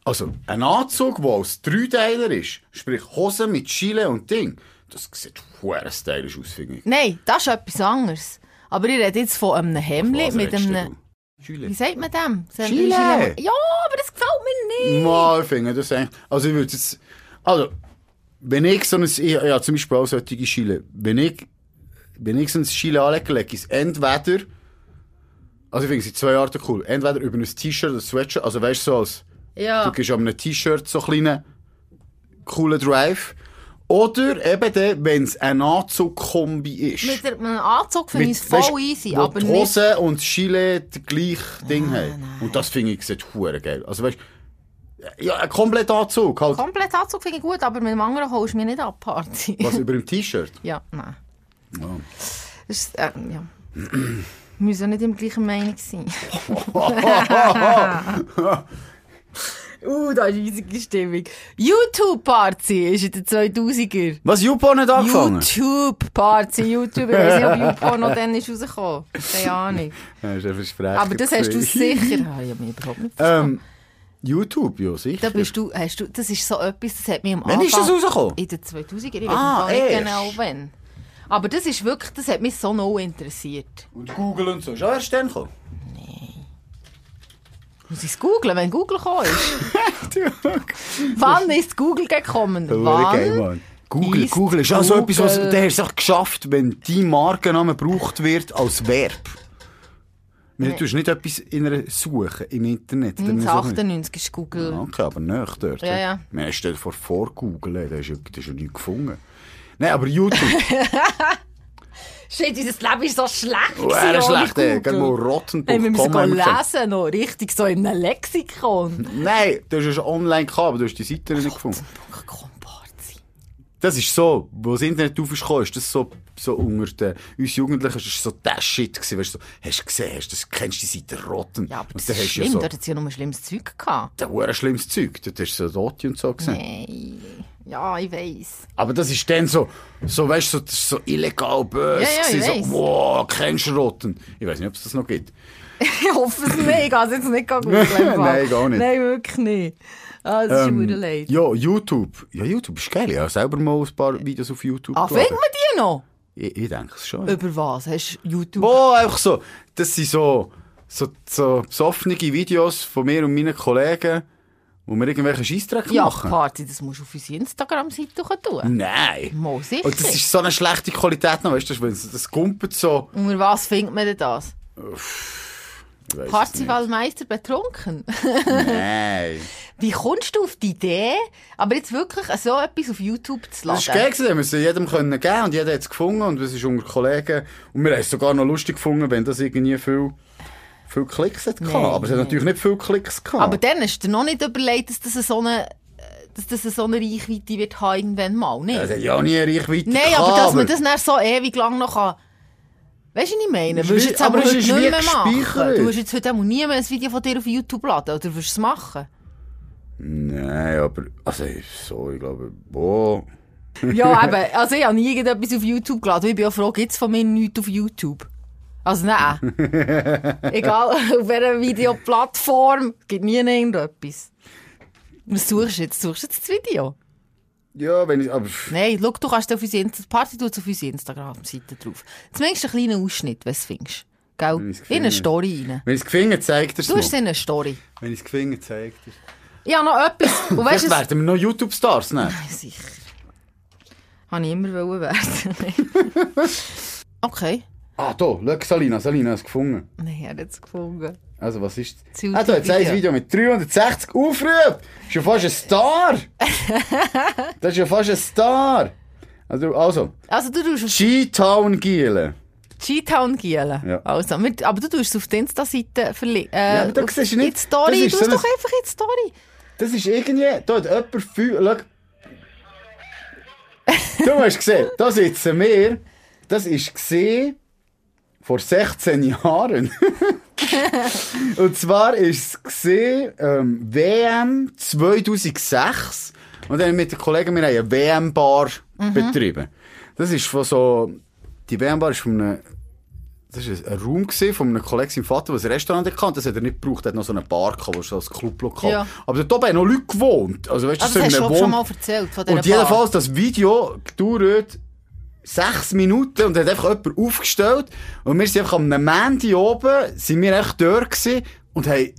Speaker 1: Also, ein Anzug, der als Dreiteiler ist, sprich Hose mit Chile und Ding, das sieht huere stylisch aus, finde ich.
Speaker 2: Nein, das ist etwas anderes. Aber ich rede jetzt von einem Hemd
Speaker 1: Was
Speaker 2: mit
Speaker 1: Also, redest
Speaker 2: einem...
Speaker 1: du? Chile.
Speaker 2: Wie sagt man dem? Sagt man
Speaker 1: Chile.
Speaker 2: Ja, aber das gefällt mir nicht.
Speaker 1: Mal finde das eigentlich. Also ich würde jetzt. Also, wenn ich so ein. Ich, ich habe zum Beispiel auch solche Schiele. Wenn ich, wenn ich so ein Schiele anlege, lege ich es entweder. Also ich finde es in zwei Arten cool. Entweder über ein T-Shirt oder ein Sweatshirt. Also weißt du so als.
Speaker 2: Ja.
Speaker 1: Du gibst an einem T-Shirt so einen kleinen coolen Drive. Oder eben dann, wenn es ein Anzug-Kombi ist.
Speaker 2: Mit einem Anzug finde ich es voll
Speaker 1: Mit- weißt,
Speaker 2: easy,
Speaker 1: wo
Speaker 2: aber
Speaker 1: die
Speaker 2: nicht... Ah,
Speaker 1: Hose und das Gilet das gleiche Ding haben. Und das finde ich sieht hure geil. Also weißt, ja, ein kompletter Anzug halt.
Speaker 2: Komplett Anzug finde ich gut, aber mit dem anderen holst du mich nicht ab, Party.
Speaker 1: Was über dem T-Shirt?
Speaker 2: Ja, nein. Das ist, äh, ja. Wir müssen nicht im gleichen Meinung sein. uh, da ist riesige Stimmung. YouTube-Party ist in den 2000er.
Speaker 1: Was YouPorn hat
Speaker 2: YouTube-Party, YouTube. Ich weiß nicht, ob YouPorn noch dann ist rausgekommen. Keine Ahnung.
Speaker 1: Ja, ist ein Versprecher
Speaker 2: Aber das hast du
Speaker 1: gewesen.
Speaker 2: sicher. Ah, Ich habe mich überhaupt nicht verstanden.
Speaker 1: Ähm, YouTube, ja sicher.
Speaker 2: da bist du, hast du, das ist so etwas, das hat mich am
Speaker 1: Wann ist das rausgekommen?
Speaker 2: In den 2000er, ich
Speaker 1: Ah,
Speaker 2: weiß im Fall nicht
Speaker 1: erst.
Speaker 2: genau wann. Aber das ist wirklich, das hat mich so noch interessiert.
Speaker 1: Und Google und so. Ist auch erst dann gekommen.
Speaker 2: Muss ich es googeln, wenn Google gekommen ist? Wann ist Google gekommen? Wann?
Speaker 1: Google,
Speaker 2: ist
Speaker 1: Google ist auch so etwas, was
Speaker 2: Google-
Speaker 1: der hast du auch geschafft, wenn dein Markenname gebraucht wird als Verb. Wenn Du tust nicht etwas in einer Suche im Internet. dann ist auch nicht-
Speaker 2: 1998 ist Google.
Speaker 1: Okay, aber nicht dort.
Speaker 2: Äh, Ja, ja.
Speaker 1: Man stell dir vor, vor Google, da hast du ja- da hast du ja nichts gefunden. Nein, aber YouTube,
Speaker 2: Shit, unser Leben ist so schlecht.
Speaker 1: oh, er ist schlecht, ey. Geh mal
Speaker 2: Hey, wir
Speaker 1: rotten.com.
Speaker 2: müssen
Speaker 1: haben wir gesagt.
Speaker 2: lesen noch, richtig so in einem Lexikon.
Speaker 1: Nein, du hast es online gehabt, aber du hast die Seite nicht gefunden.
Speaker 2: Komparzi.
Speaker 1: Das ist so, wo das Internet aufgekommen ist, das so, so unter den, uns Jugendlichen, das ist so der Shit gewesen, weißt du, so, hast du gesehen, hast du das, kennst du die Seite rotten?
Speaker 2: Ja, aber
Speaker 1: und
Speaker 2: das
Speaker 1: dann
Speaker 2: ist
Speaker 1: hast du ja
Speaker 2: schlimm,
Speaker 1: so,
Speaker 2: dort hat es ja nur schlimmes Zeug gehabt.
Speaker 1: der hure schlimmes Zeug, dort hast du so Dotti und so gesehen.
Speaker 2: Nein. Ja, ich weiss.
Speaker 1: Aber das ist dann so, so weißt du, so, das ist so illegal böse.
Speaker 2: Ja, ja, ich
Speaker 1: gewesen,
Speaker 2: weiss.
Speaker 1: so, wow, kennst du Rotten? Ich weiß nicht, ob es das noch gibt.
Speaker 2: Ich hoffe es nicht, ich kann es jetzt nicht gut
Speaker 1: Nein, gar nicht. Ähm,
Speaker 2: Nein, wirklich nicht. Ah, das ist mir leid.
Speaker 1: Ja, YouTube. Ja, YouTube ist geil. Ich habe selber mal ein paar Videos auf YouTube
Speaker 2: Ah,
Speaker 1: geladen.
Speaker 2: findet man die noch?
Speaker 1: Ich, ich denke es schon.
Speaker 2: Über was? Hast du YouTube?
Speaker 1: Boah, einfach so. Das sind so, so, so besoffene Videos von mir und meinen Kollegen, wo wir irgendwelche Scheissdreck
Speaker 2: ja,
Speaker 1: machen.
Speaker 2: Party, das musst du auf unsere Instagram-Seite tun.
Speaker 1: Nein.
Speaker 2: Mal sicher.
Speaker 1: Und Oh, das ist so eine schlechte Qualität noch, weißt du, das- das kumpelt so.
Speaker 2: Unter was findet man denn das?
Speaker 1: Ich weiss es
Speaker 2: Parzivalmeister betrunken?
Speaker 1: nicht. Nein.
Speaker 2: Wie kommst du auf die Idee, aber jetzt wirklich so etwas auf YouTube zu laden?
Speaker 1: Das war geil, gewesen, wir mussten jedem können geben und jeder hat es gefunden und es ist unter Kollegen. Und wir haben es sogar noch lustig gefunden, wenn das irgendwie viel, viel Klicks hat gehabt.
Speaker 2: Nein,
Speaker 1: Aber es hat
Speaker 2: nein.
Speaker 1: natürlich nicht viel Klicks gehabt.
Speaker 2: Aber dann hast du dir noch nicht überlegt, dass das so eine, äh, dass das so eine Reichweite wird haben irgendwann mal, nicht?
Speaker 1: es hat ja auch nie eine Reichweite
Speaker 2: Nein,
Speaker 1: gehabt,
Speaker 2: aber dass man das dann so ewig lang noch kann... Weißt du, was ich meine?
Speaker 1: Ist
Speaker 2: Würdest du
Speaker 1: wie-
Speaker 2: jetzt aber
Speaker 1: aber es
Speaker 2: heute
Speaker 1: ist
Speaker 2: nicht
Speaker 1: wie
Speaker 2: mehr machen.
Speaker 1: gespeichert.
Speaker 2: Du hast jetzt heute auch nie mehr ein Video von dir auf YouTube laden, oder würdest du es machen?
Speaker 1: Nein, aber... Also, so, ich glaube... Boah...
Speaker 2: Ja, eben. Also ich habe nie irgendetwas auf YouTube geladen. Ich bin auch froh, gibt es von mir nichts auf YouTube? Also nein. Egal auf welcher Videoplattform, es gibt nie irgendetwas. Was suchst du jetzt? Suchst du jetzt das Video?
Speaker 1: Ja, wenn ich... Aber... pff,
Speaker 2: Nein, schau, du kannst auf unsere Insta Party tut's auf unsere Instagram-Seite drauf. Zumindest einen kleinen Ausschnitt, was du findest. Gell?
Speaker 1: Wenn
Speaker 2: gell?
Speaker 1: ich's
Speaker 2: In eine
Speaker 1: finde.
Speaker 2: Story rein.
Speaker 1: Wenn ich es gefunden zeigt er es
Speaker 2: Du hast
Speaker 1: mir.
Speaker 2: eine Story.
Speaker 1: Wenn ich es gefunden zeigt er es.
Speaker 2: Ich habe noch etwas. Und
Speaker 1: Vielleicht
Speaker 2: weißt du, es- Ah,
Speaker 1: werden wir noch YouTube-Stars, ne?
Speaker 2: sicher. Habe ich immer wollen werden. okay.
Speaker 1: Ah, da, schau, Salina, Salina hat es gefunden.
Speaker 2: Nein, er hat es gefunden.
Speaker 1: Also, was ist
Speaker 2: Das
Speaker 1: Ah, da hat ein
Speaker 2: YouTube-Video.
Speaker 1: Video mit 360 Aufrufen. Ist ja fast ein Star. das ist ja fast ein Star. Also, also
Speaker 2: Also du tust auf
Speaker 1: G-Town Giele.
Speaker 2: G-Town gielen.
Speaker 1: Ja.
Speaker 2: Also, mit, aber du tust es auf die Insta-Seite verlinken. Äh,
Speaker 1: aber da
Speaker 2: auf-
Speaker 1: siehst du nicht-
Speaker 2: in die Story.
Speaker 1: das
Speaker 2: Du
Speaker 1: ist
Speaker 2: hast
Speaker 1: so ein-
Speaker 2: doch einfach in die Story.
Speaker 1: Das ist irgendwie... Da hat jemand viel... Schau. Du hast gesehen, da sitzen wir. Das ist gesehen vor 16 Jahren. Und zwar ist es gesehen, ähm, WM 2006. Und dann haben wir mit den Kollegen, wir haben eine WM-Bar
Speaker 2: Mhm.
Speaker 1: betrieben. Das ist von so, die WM-Bar ist von einem, das ist ein Raum gewesen von einem Kollegen, seinem Vater, der ein Restaurant hatte. und Das hat er nicht gebraucht. Er hat noch so eine Bar gehabt, wo so ein Clublokal.
Speaker 2: Ja.
Speaker 1: Aber dort oben haben noch Leute gewohnt. Also, weißt du, so
Speaker 2: Also, das hast
Speaker 1: in
Speaker 2: du
Speaker 1: einem
Speaker 2: glaub ich, schon
Speaker 1: Wohn-
Speaker 2: mal erzählt von dieser
Speaker 1: und jedenfalls, das Video dauert sechs Minuten und hat einfach jemand aufgestellt. Und wir sind einfach am Mandy oben, sind wir echt dort gewesen und haben,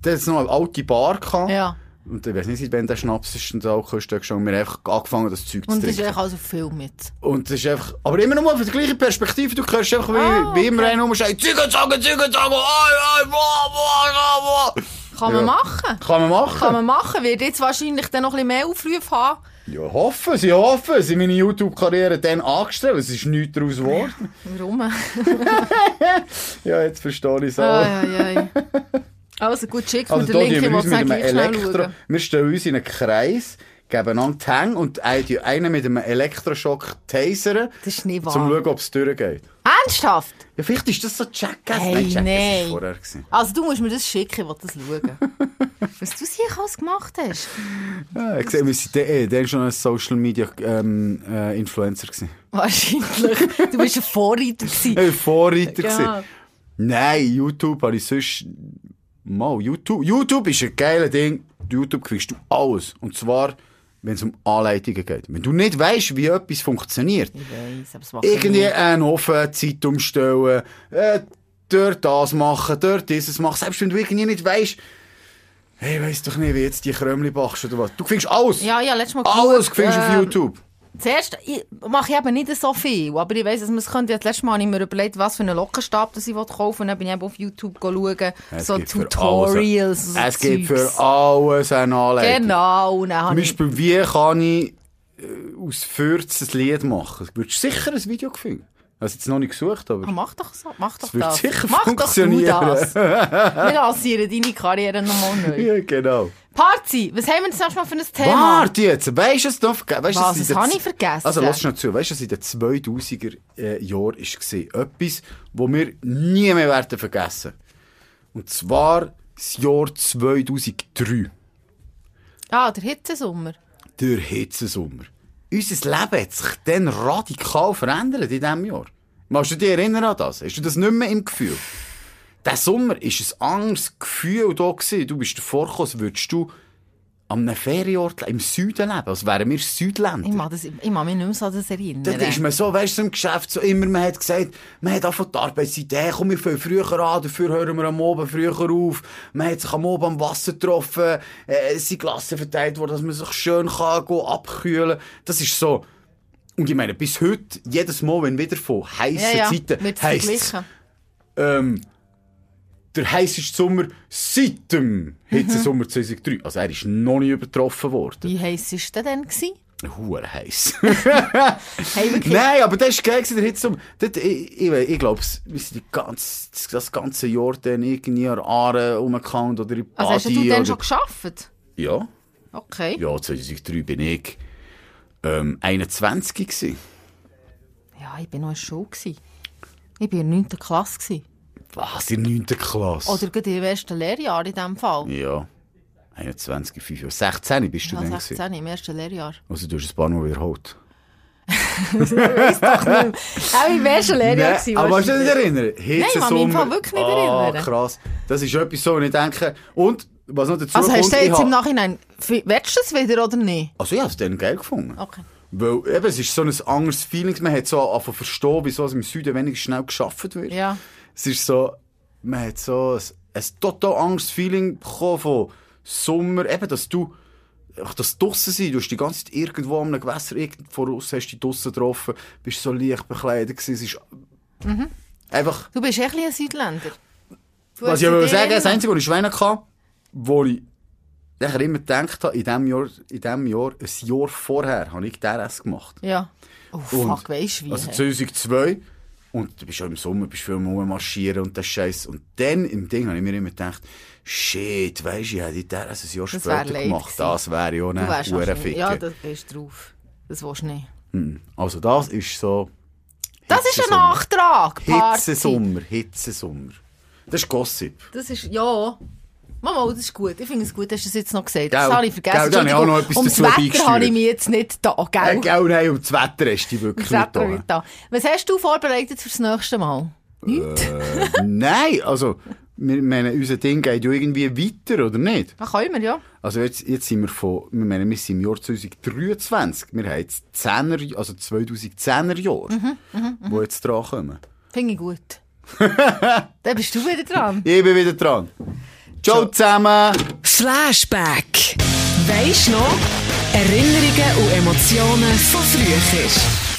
Speaker 1: da hat's noch eine alte Bar gehabt.
Speaker 2: Bar. Ja.
Speaker 1: Und ich weiß nicht, seit wann der Schnaps ist und auch kostet schon. Wir haben einfach angefangen, das Zeug zu
Speaker 2: Und das ist
Speaker 1: trinken.
Speaker 2: eigentlich also viel mit.
Speaker 1: Und das ist einfach, aber immer noch mal von der gleichen Perspektive. Du hörst einfach, wie,
Speaker 2: Ah,
Speaker 1: wie immer einer rumschreit, Züge zogen, Züge zogen, oi, oi, boah, boah, boah, boah.
Speaker 2: Kann man
Speaker 1: Ja.
Speaker 2: machen.
Speaker 1: Kann man machen.
Speaker 2: Kann man machen. Wird jetzt wahrscheinlich dann noch ein bisschen mehr Aufrufe haben.
Speaker 1: Ja, hoffen, sie hoffen. Sie haben meine YouTube-Karriere dann angestellt. Es ist nichts daraus geworden.
Speaker 2: Warum?
Speaker 1: Ja, jetzt verstehe ich es auch.
Speaker 2: Ai, ai, ai. Also gut, schick mir
Speaker 1: Also,
Speaker 2: den
Speaker 1: da
Speaker 2: Link,
Speaker 1: gehen
Speaker 2: ich
Speaker 1: wir
Speaker 2: will
Speaker 1: uns
Speaker 2: es
Speaker 1: mit einem
Speaker 2: gleich schnell
Speaker 1: Elektro.
Speaker 2: schauen.
Speaker 1: Wir stellen uns in einen Kreis, geben an die Hänge und einen mit einem Elektroschock tasern,
Speaker 2: Das ist nicht
Speaker 1: um zu
Speaker 2: wahr.
Speaker 1: schauen, ob es durchgeht.
Speaker 2: Ernsthaft?
Speaker 1: Ja, vielleicht ist das so Jackass.
Speaker 2: Hey,
Speaker 1: nein, Jackass
Speaker 2: nein.
Speaker 1: war vorher. Gewesen.
Speaker 2: Also du musst mir das schicken, ich will das schauen. Was du sicher alles gemacht hast.
Speaker 1: Ja, ich sehe, wir sind eh, der ist schon ein Social Media ähm, äh, Influencer. Gewesen.
Speaker 2: Wahrscheinlich. Du bist ein Vorreiter gewesen.
Speaker 1: Äh, Vorreiter.
Speaker 2: Ja.
Speaker 1: gewesen. Nein, YouTube habe ich sonst. Mal, YouTube. YouTube ist ein geiles Ding. YouTube kriegst du alles. Und zwar, wenn es um Anleitungen geht. Wenn du nicht weißt, wie etwas funktioniert,
Speaker 2: Ich weiss, aber es macht
Speaker 1: irgendwie
Speaker 2: nicht.
Speaker 1: einen Ofen, Zeit umstellen, äh, dort das machen, dort dieses machen. Selbst wenn du irgendwie nicht weißt, hey, weiss doch nicht, wie jetzt die Krömli backst oder was. Du findest alles.
Speaker 2: Ja, ja, letztes Mal
Speaker 1: Alles
Speaker 2: geschaut,
Speaker 1: findest du auf
Speaker 2: ähm,
Speaker 1: YouTube.
Speaker 2: Zuerst ich- mache ich eben nicht so viel, aber ich weiss, dass man es könnte. Ja, Das letzte Mal habe ich mir überlegt, was für einen Lockenstab das ich kaufen will. Dann bin ich eben auf YouTube schauen,
Speaker 1: Es
Speaker 2: so
Speaker 1: gibt für alles-
Speaker 2: Tutorials, so
Speaker 1: Es gibt
Speaker 2: Zeugs.
Speaker 1: für alles eine Anleitung.
Speaker 2: Genau, und dann
Speaker 1: Zum
Speaker 2: habe ich...
Speaker 1: Beispiel, wie kann ich äh, aus Fürz ein Lied machen? Du würdest sicher ein Video gefunden. Hast jetzt noch nicht gesucht, aber.
Speaker 2: Ah, mach doch so, mach doch
Speaker 1: Das wird
Speaker 2: das.
Speaker 1: sicher
Speaker 2: mach doch du
Speaker 1: funktionieren.
Speaker 2: das. Wir lancieren deine Karriere nochmal neu.
Speaker 1: Ja, genau.
Speaker 2: Party, was haben wir jetzt erstmal für ein Thema?
Speaker 1: Warte jetzt, weißt du es noch? Weißt,
Speaker 2: Was, das habe ich vergessen.
Speaker 1: Also, lass schnell zu. Weißt du, was in den 2000er äh, Jahren war? Etwas, das wir nie mehr werden vergessen. Und zwar das Jahr 2003.
Speaker 2: Ah, der Hitzesommer.
Speaker 1: Der Hitzesommer. Unser Leben hat sich dann radikal verändert in diesem Jahr. Magst du dich erinnern an das? Hast du das nicht mehr im Gefühl? Der Sommer war ein anderes Gefühl da. Gewesen. Du bist davor gekommen, als würdest du an einem Ferienort le- im Süden leben, als wären wir Südländer.
Speaker 2: Ich mag, das, ich mag mich nicht mehr so an das erinnern.
Speaker 1: Dann ist man so, weißt du, im Geschäft so immer, man hat gesagt, man hat von der Arbeitszeit, hey, komm, wir fangen früher an, dafür hören wir am Oben früher auf. Man hat sich am Oben am Wasser getroffen, äh, es sind Glassen verteilt worden, dass man sich schön kann gehen, abkühlen Das ist so. Und ich meine, bis heute, jedes Mal, wenn wieder von
Speaker 2: ja,
Speaker 1: heißen
Speaker 2: ja,
Speaker 1: Zeiten,
Speaker 2: wird's
Speaker 1: heisst
Speaker 2: verglichen.
Speaker 1: ähm, der heißeste Sommer seit
Speaker 2: Mhm.
Speaker 1: dem Hitzesommer 2003. Also er ist noch nie übertroffen worden.
Speaker 2: Wie heiß war der denn? Gewesen?
Speaker 1: Hure heiß.
Speaker 2: Hey, wirklich?
Speaker 1: Nein, aber das war geil, gewesen, der Hitzesommer. Dort, ich ich, ich glaube, wir sind die ganze, das ganze Jahr dann irgendwie an Aare rumgehangen oder in
Speaker 2: Also hast du
Speaker 1: Badi
Speaker 2: denn
Speaker 1: oder-
Speaker 2: schon geschafft?
Speaker 1: Ja,
Speaker 2: Okay.
Speaker 1: Ah, äh, ja, 2003 bin ich ähm, 21 gewesen.
Speaker 2: Ja, ich war noch in der Schule. Gewesen. Ich war in der 9. Klasse. Gewesen.
Speaker 1: Was, in der 9. Klasse?
Speaker 2: Oder gerade im ersten Lehrjahr in diesem Fall.
Speaker 1: Ja, 21, 5 Jahre. 16 bist du
Speaker 2: Ja,
Speaker 1: dann gewesen.
Speaker 2: 16 Also im ersten Lehrjahr.
Speaker 1: Also du hast ein paar Mal wiederholt.
Speaker 2: Auch im ersten Lehrjahr.
Speaker 1: Nein,
Speaker 2: gewesen,
Speaker 1: aber hast du dich
Speaker 2: wahrscheinlich.
Speaker 1: nicht erinnern? Hitze,
Speaker 2: Nein, ich kann mich im Fall wirklich nicht
Speaker 1: ah,
Speaker 2: erinnern.
Speaker 1: krass. Das ist etwas so, wenn ich denke... Und, was noch dazu
Speaker 2: Also
Speaker 1: kommt...
Speaker 2: hast du
Speaker 1: ich
Speaker 2: jetzt
Speaker 1: hab-
Speaker 2: im Nachhinein, willst du es wieder oder nicht?
Speaker 1: Also ich habe es dann geil gefunden.
Speaker 2: Okay.
Speaker 1: Weil eben, es ist so ein anderes Feeling. Man hat so angefangen zu verstehen, wieso es im Süden weniger schnell geschafft wird.
Speaker 2: Ja.
Speaker 1: Es ist so, man hat so ein, ein total Angst-Feeling bekommen von Sommer, eben, dass du, ach, das draussen sein, du hast die ganze Zeit irgendwo am Gewässer, irgendwo vor uns hast du dich draussen getroffen, bist so leicht bekleidet gewesen, es ist einfach,
Speaker 2: Du bist echt ein bisschen ein Südländer. Du
Speaker 1: was
Speaker 2: hast
Speaker 1: ich
Speaker 2: in
Speaker 1: aber
Speaker 2: dir
Speaker 1: sagen, das
Speaker 2: immer-
Speaker 1: Einzige, was ich Schweine hatte, wo ich nachher immer gedacht habe, in diesem Jahr, in diesem Jahr, ein Jahr vorher, habe ich DRS gemacht.
Speaker 2: Ja. Oh, fuck, weisst du wie?
Speaker 1: Also
Speaker 2: hey.
Speaker 1: 2002. Und du bist ja im Sommer, bist viel am rummarschieren und das Scheiß. Und dann im Ding habe ich mir immer gedacht, shit, weisst du, ich hätte die Terrasse ein Jahr
Speaker 2: Das wär
Speaker 1: später
Speaker 2: leid
Speaker 1: gemacht.
Speaker 2: gewesen.
Speaker 1: Das wäre ja
Speaker 2: du
Speaker 1: nicht
Speaker 2: wärst
Speaker 1: ein
Speaker 2: wahrscheinlich- Ja,
Speaker 1: Ficker.
Speaker 2: das ist drauf. Das willst du nicht.
Speaker 1: Also das ist so...
Speaker 2: Das ist ein
Speaker 1: Hitzesommer.
Speaker 2: Nachtrag. Party.
Speaker 1: Hitzesommer, Hitzesommer. Das ist Gossip.
Speaker 2: Das ist, ja. Mama, oh, das ist gut. Ich finde es gut, dass du das jetzt noch gesagt hast.
Speaker 1: Gell.
Speaker 2: Das habe ich vergessen.
Speaker 1: Gell, da habe ich auch noch etwas
Speaker 2: Entschuldigung.
Speaker 1: dazu
Speaker 2: Ums Wetter
Speaker 1: beigesteuert.
Speaker 2: habe ich mich jetzt nicht da,
Speaker 1: Äh,
Speaker 2: gell?
Speaker 1: gell, nein, um das Wetter ist die wirklich
Speaker 2: Das
Speaker 1: nicht
Speaker 2: Wetter
Speaker 1: da.
Speaker 2: nicht da. Was hast du vorbereitet fürs nächste Mal? Nichts?
Speaker 1: Äh, nein, also, wir meinen, unser Ding geht ja irgendwie weiter, oder nicht?
Speaker 2: Was können wir, ja?
Speaker 1: Also jetzt, jetzt sind wir von, wir meinen, wir sind im Jahr 2023. Wir haben jetzt 10er, also 2010er Jahre, wo jetzt dran kommen.
Speaker 2: Finde ich gut. Dann bist du wieder dran.
Speaker 1: Ich bin wieder dran. Ciao zusammen!
Speaker 3: Flashback. Weisst noch? Erinnerungen und Emotionen von früher.